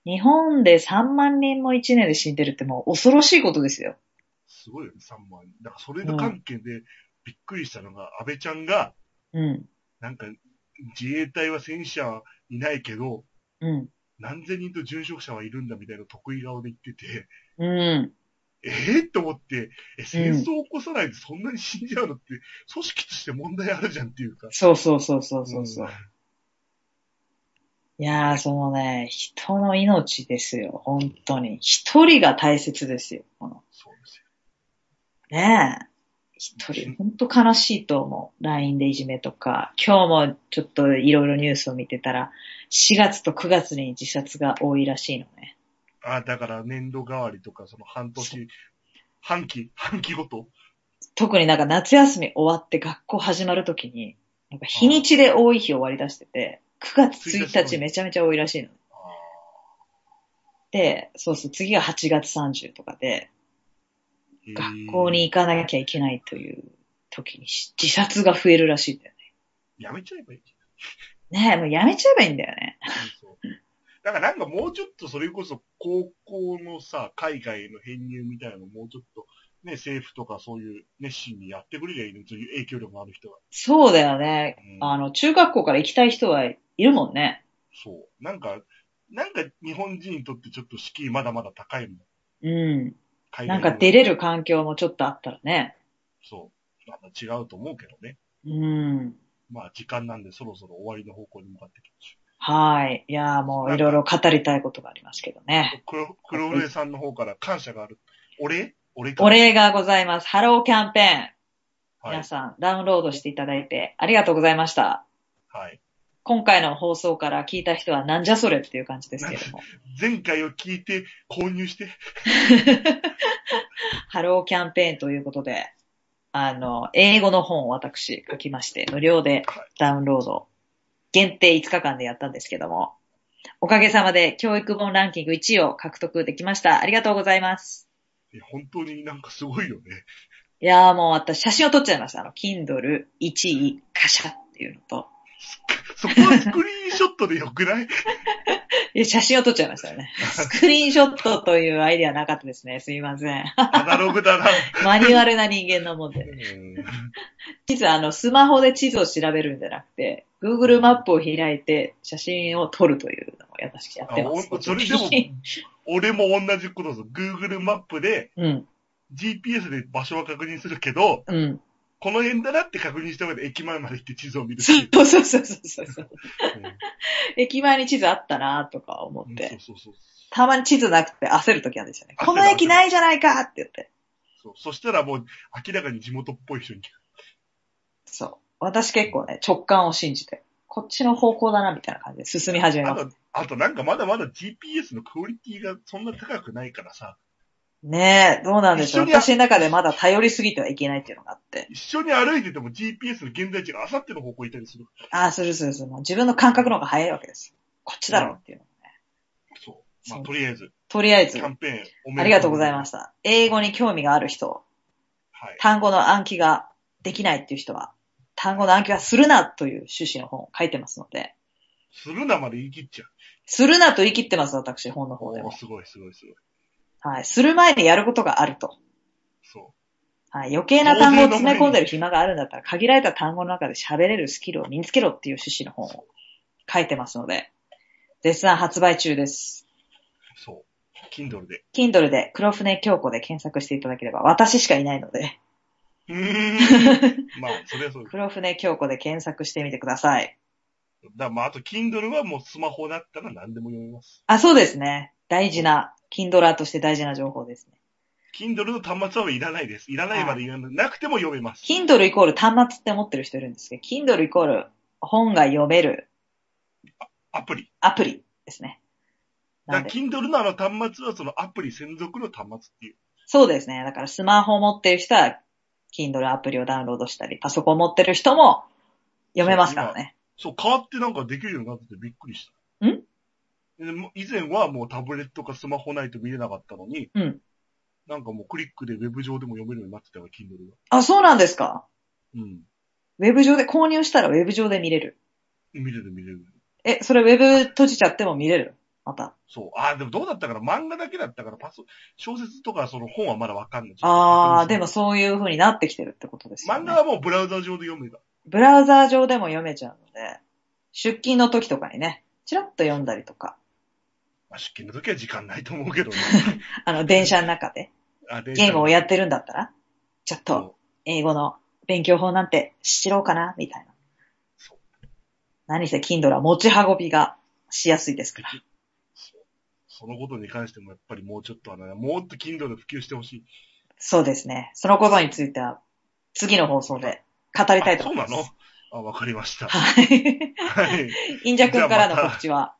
B: 日本で3万人も1年で死んでるってもう恐ろしいことですよ。
A: すごいよね、3万人。だからそれの関係でびっくりしたのが、安倍ちゃんが、
B: うん。
A: なんか、自衛隊は戦死者はいないけど、
B: うん。
A: 何千人と殉職者はいるんだみたいな得意顔で言ってて、
B: うん。
A: えー、と思って、え、戦争を起こさないでそんなに死んじゃうのって、組織として問題あるじゃんっていうか。
B: そうそうそうそうそうそう。
A: ん
B: いやー、そのね、人の命ですよ、本当に。一人が大切ですよ、この。
A: そうです
B: ねえ。一人、本当悲しいと思う。LINE でいじめとか。今日もちょっといろいろニュースを見てたら、4月と9月に自殺が多いらしいのね。
A: よ。あ、だから年度代わりとか、その半年、半期、半期ごと。
B: 特になんか夏休み終わって学校始まるときに、なんか日にちで多い日終わり出してて、9月1日めちゃめちゃ多いらしいの。で、そうそう、次が8月30とかで、
A: へー
B: 学校に行かなきゃいけないという時にし自殺が増えるらしいんだよ
A: やめちゃえばいい。
B: ね。ねえ、もうやめちゃえばいいんだよね。
A: そうだからなんかもうちょっとそれこそ高校のさ、海外への編入みたいなのもうちょっと、ね、政府とかそういう熱心にやってくれりゃいいの、そういう影響力のある人が。
B: そうだよね。
A: うん
B: あの、中学校から行きたい人はいるもんね。
A: そう。なんか、なんか日本人にとってちょっと敷居まだまだ高いもん。
B: うん。
A: 海
B: な
A: 外
B: んか出れる環境もちょっとあったらね。
A: そう。まだ違うと思うけどね。
B: うん。
A: まあ時間なんでそろそろ終わりの方向に向かってきまし
B: はい。いやーもういろいろ語りたいことがありますけどね。
A: ょう。黒、黒船さんの方から感謝がある。俺俺か。
B: お礼がございます。ハローキャンペーン。
A: はい
B: 皆。さん、ダウンロードしていただいてありがとうございました。
A: はい。
B: 今回の放送から聞いた人はなんじゃそれっていう感じですけれども。
A: 前回を聞いて購入して、
B: ハローキャンペーンということで、あの、英語の本を私書きまして、無料でダウンロード、限定5日間でやったんですけども、おかげさまで教育本ランキング1位を獲得できました。ありがとうございます。
A: いや本当になんかすごいよね。
B: いやーもう私写真を撮っちゃいました。あの、Kindle1 位、カシャっていうのと、
A: そこはスクリーンショットでよくない
B: いや写真を撮っちゃいましたよね。スクリーンショットというアイデアなかったですね。すいません。
A: アナログだな。
B: マニュアルな人間なもんで。地図、あの、スマホで地図を調べるんじゃなくて、Google マップを開いて写真を撮るというのを私やってます
A: あ。おそれでも俺も同じことぞ。Google マップで
B: うん、
A: GPS で場所は確認するけど、
B: うん。
A: この辺だなって確認した上で駅前まで行って地図を見るっていう。
B: そうそうそうそうそう。
A: うん
B: 駅前に地図あったなとか思っ
A: う
B: て
A: ん。そうそうそう。
B: たまに地図なくて焦る時なんですよね。
A: 焦る
B: この駅ないじゃないかって言って。
A: そうそしたらもう明らかに地元っぽい人に。
B: そう。私結構ね、直感を信じて、こっちの方向だなみたいな感じで進み始め
A: あ
B: ます。
A: と、あとなんかまだまだ GPS のクオリティがそんな高くないからさ、
B: ねえ、どうなんでし
A: 一
B: ょう。
A: 緒に
B: 私の中でまだ頼りすぎてはいけないっていうのがあって。
A: 一緒に歩いてても GPS の現在地があさっての方向にいたりする。
B: ああ、するするする。もう自分の感覚の方が早いわけですよ。こっちだろうっていうのね。
A: そう。まあ、
B: そう
A: とりあえず、
B: とりあえ
A: キ
B: ず
A: ャ、ンペーンおめ。
B: ありがとうございますした。英語に興味がある人、
A: はい。
B: 単語の暗記ができないっていう人は、単語の暗記はするなという趣旨の本を書いてますので、
A: するなまで言い切っちゃう。
B: するなと言い切ってます、私、本の方で
A: お
B: も
A: ー。すごい、すごい、すごい。
B: はい。する前にやることがあると。
A: そ
B: はい。余計な単語を詰め込んでる暇があるんだったら、限られた単語の中で喋れるスキルを身につけろっていう趣旨の本を書いてますので、絶賛発売中です。
A: う。そう。Kindle で。
B: Kindle で黒船京子で検索していただければ、私しかいないので、
A: うーん。まあ、それはそうです。
B: 黒船京子で検索してみてください。
A: だからまあ、あと Kindle はもうスマホだったら何でも読めます。
B: あ、そうですね。大事な、Kindler として大事な情報ですね。
A: Kindle の端末はいらないです。いらないまでいらななくても読めます。
B: Kindle イコール端末って思ってる人いるんですけど、Kindle イコール本が読める
A: アプリ。
B: アプリですね。な
A: だ
B: ん
A: か
B: で
A: ら、Kindle のあの端末はそのアプリ専属の端末っていう。
B: そうですね。だからスマホを持ってる人は、Kindle アプリをダウンロードしたり、パソコンを持ってる人も読めますからね。
A: そう、変わってなんかできるようになっててびっくりした。
B: ん
A: でも以前はもうタブレットかスマホないと見れなかったのに、
B: うん。
A: なんかもうクリックでウェブ上でも読めるようになってたから、Kindle が。
B: あ、そうなんですか。
A: うん。
B: ウェブ上で、購入したらウェブ上で見れる。
A: 見れる見れる。
B: え、それウェブ閉じちゃっても見れるまた。
A: そう。ああ、でもどうだったから漫画だけだったから、パソ、小説とかその本はまだわかんない。
B: ああ、でも
A: そ
B: そういう風になってきてるってことですよ
A: 漫画
B: ね。
A: はもうブラウザ上で読めた。
B: ブラウザー上でも読めちゃうので、出勤の時とかにね、チラッと読んだりとか、
A: まあ、出勤の時は時間ないと思う けどね。
B: あの、電車の中で
A: あで
B: ゲームを
A: っ
B: やってるんだったら、ちょっと英語の勉強法なんて知ろうかな、みたいな
A: そう。
B: 何せ Kindle は持ち運びがしやすいですから。
A: そのことに関してもやっぱりもうちょっとはね、もっと Kindle 普及してほしい。
B: そうですね。そのことについては、次の放送で語りたいと思います。
A: あそうなのあ、わかりました。
B: はい。
A: はい。
B: インジャ君からの告知は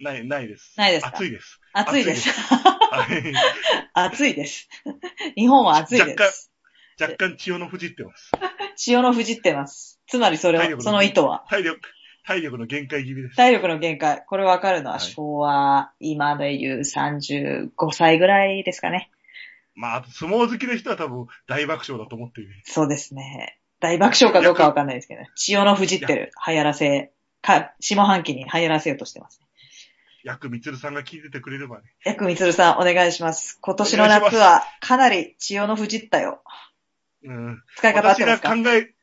A: ない、ないです。
B: ないですか
A: 暑いです。
B: 暑いです。
A: はい。
B: 暑いです。日本は暑いです。
A: 若干千代の藤ってます。
B: 潮の富士ってます。つまりそれ
A: 体力
B: を、
A: の
B: その意図は。
A: 体力、体力の限界気味です。
B: 体力の限界。これわかるのは
A: はい
B: 昭和、今で言う35歳ぐらいですかね。
A: まあ、あと相撲好きな人は多分大爆笑だと思ってる。
B: そうですね。大爆笑かどうかわかんないですけどね。潮の富士ってる流行らせ、か、下半期に流行らせようとしてますね。
A: ヤクミツルさんが聞いててくれればね。
B: ヤクミツルさん、お願いします。今年の
A: お願いし
B: 夏
A: ます
B: は、かなり潮の富士ったよ。
A: うん。
B: 使い方合っ
A: 私
B: てま
A: が
B: すか
A: 考
B: い
A: え、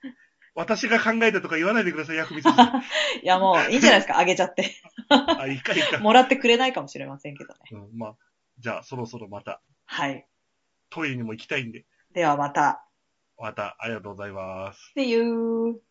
A: 私が考えたとか言わないでください、ヤクミツルさん。
B: や、もういいんじゃないですか。あげちゃって。
A: あ、いいかいいか。
B: もらってくれないかもしれませんけどね。
A: うん、まあ、じゃあそろそろまた、
B: はい。
A: トイレにも行きたいんで、
B: ではまた。
A: またありがとうございます。
B: See you.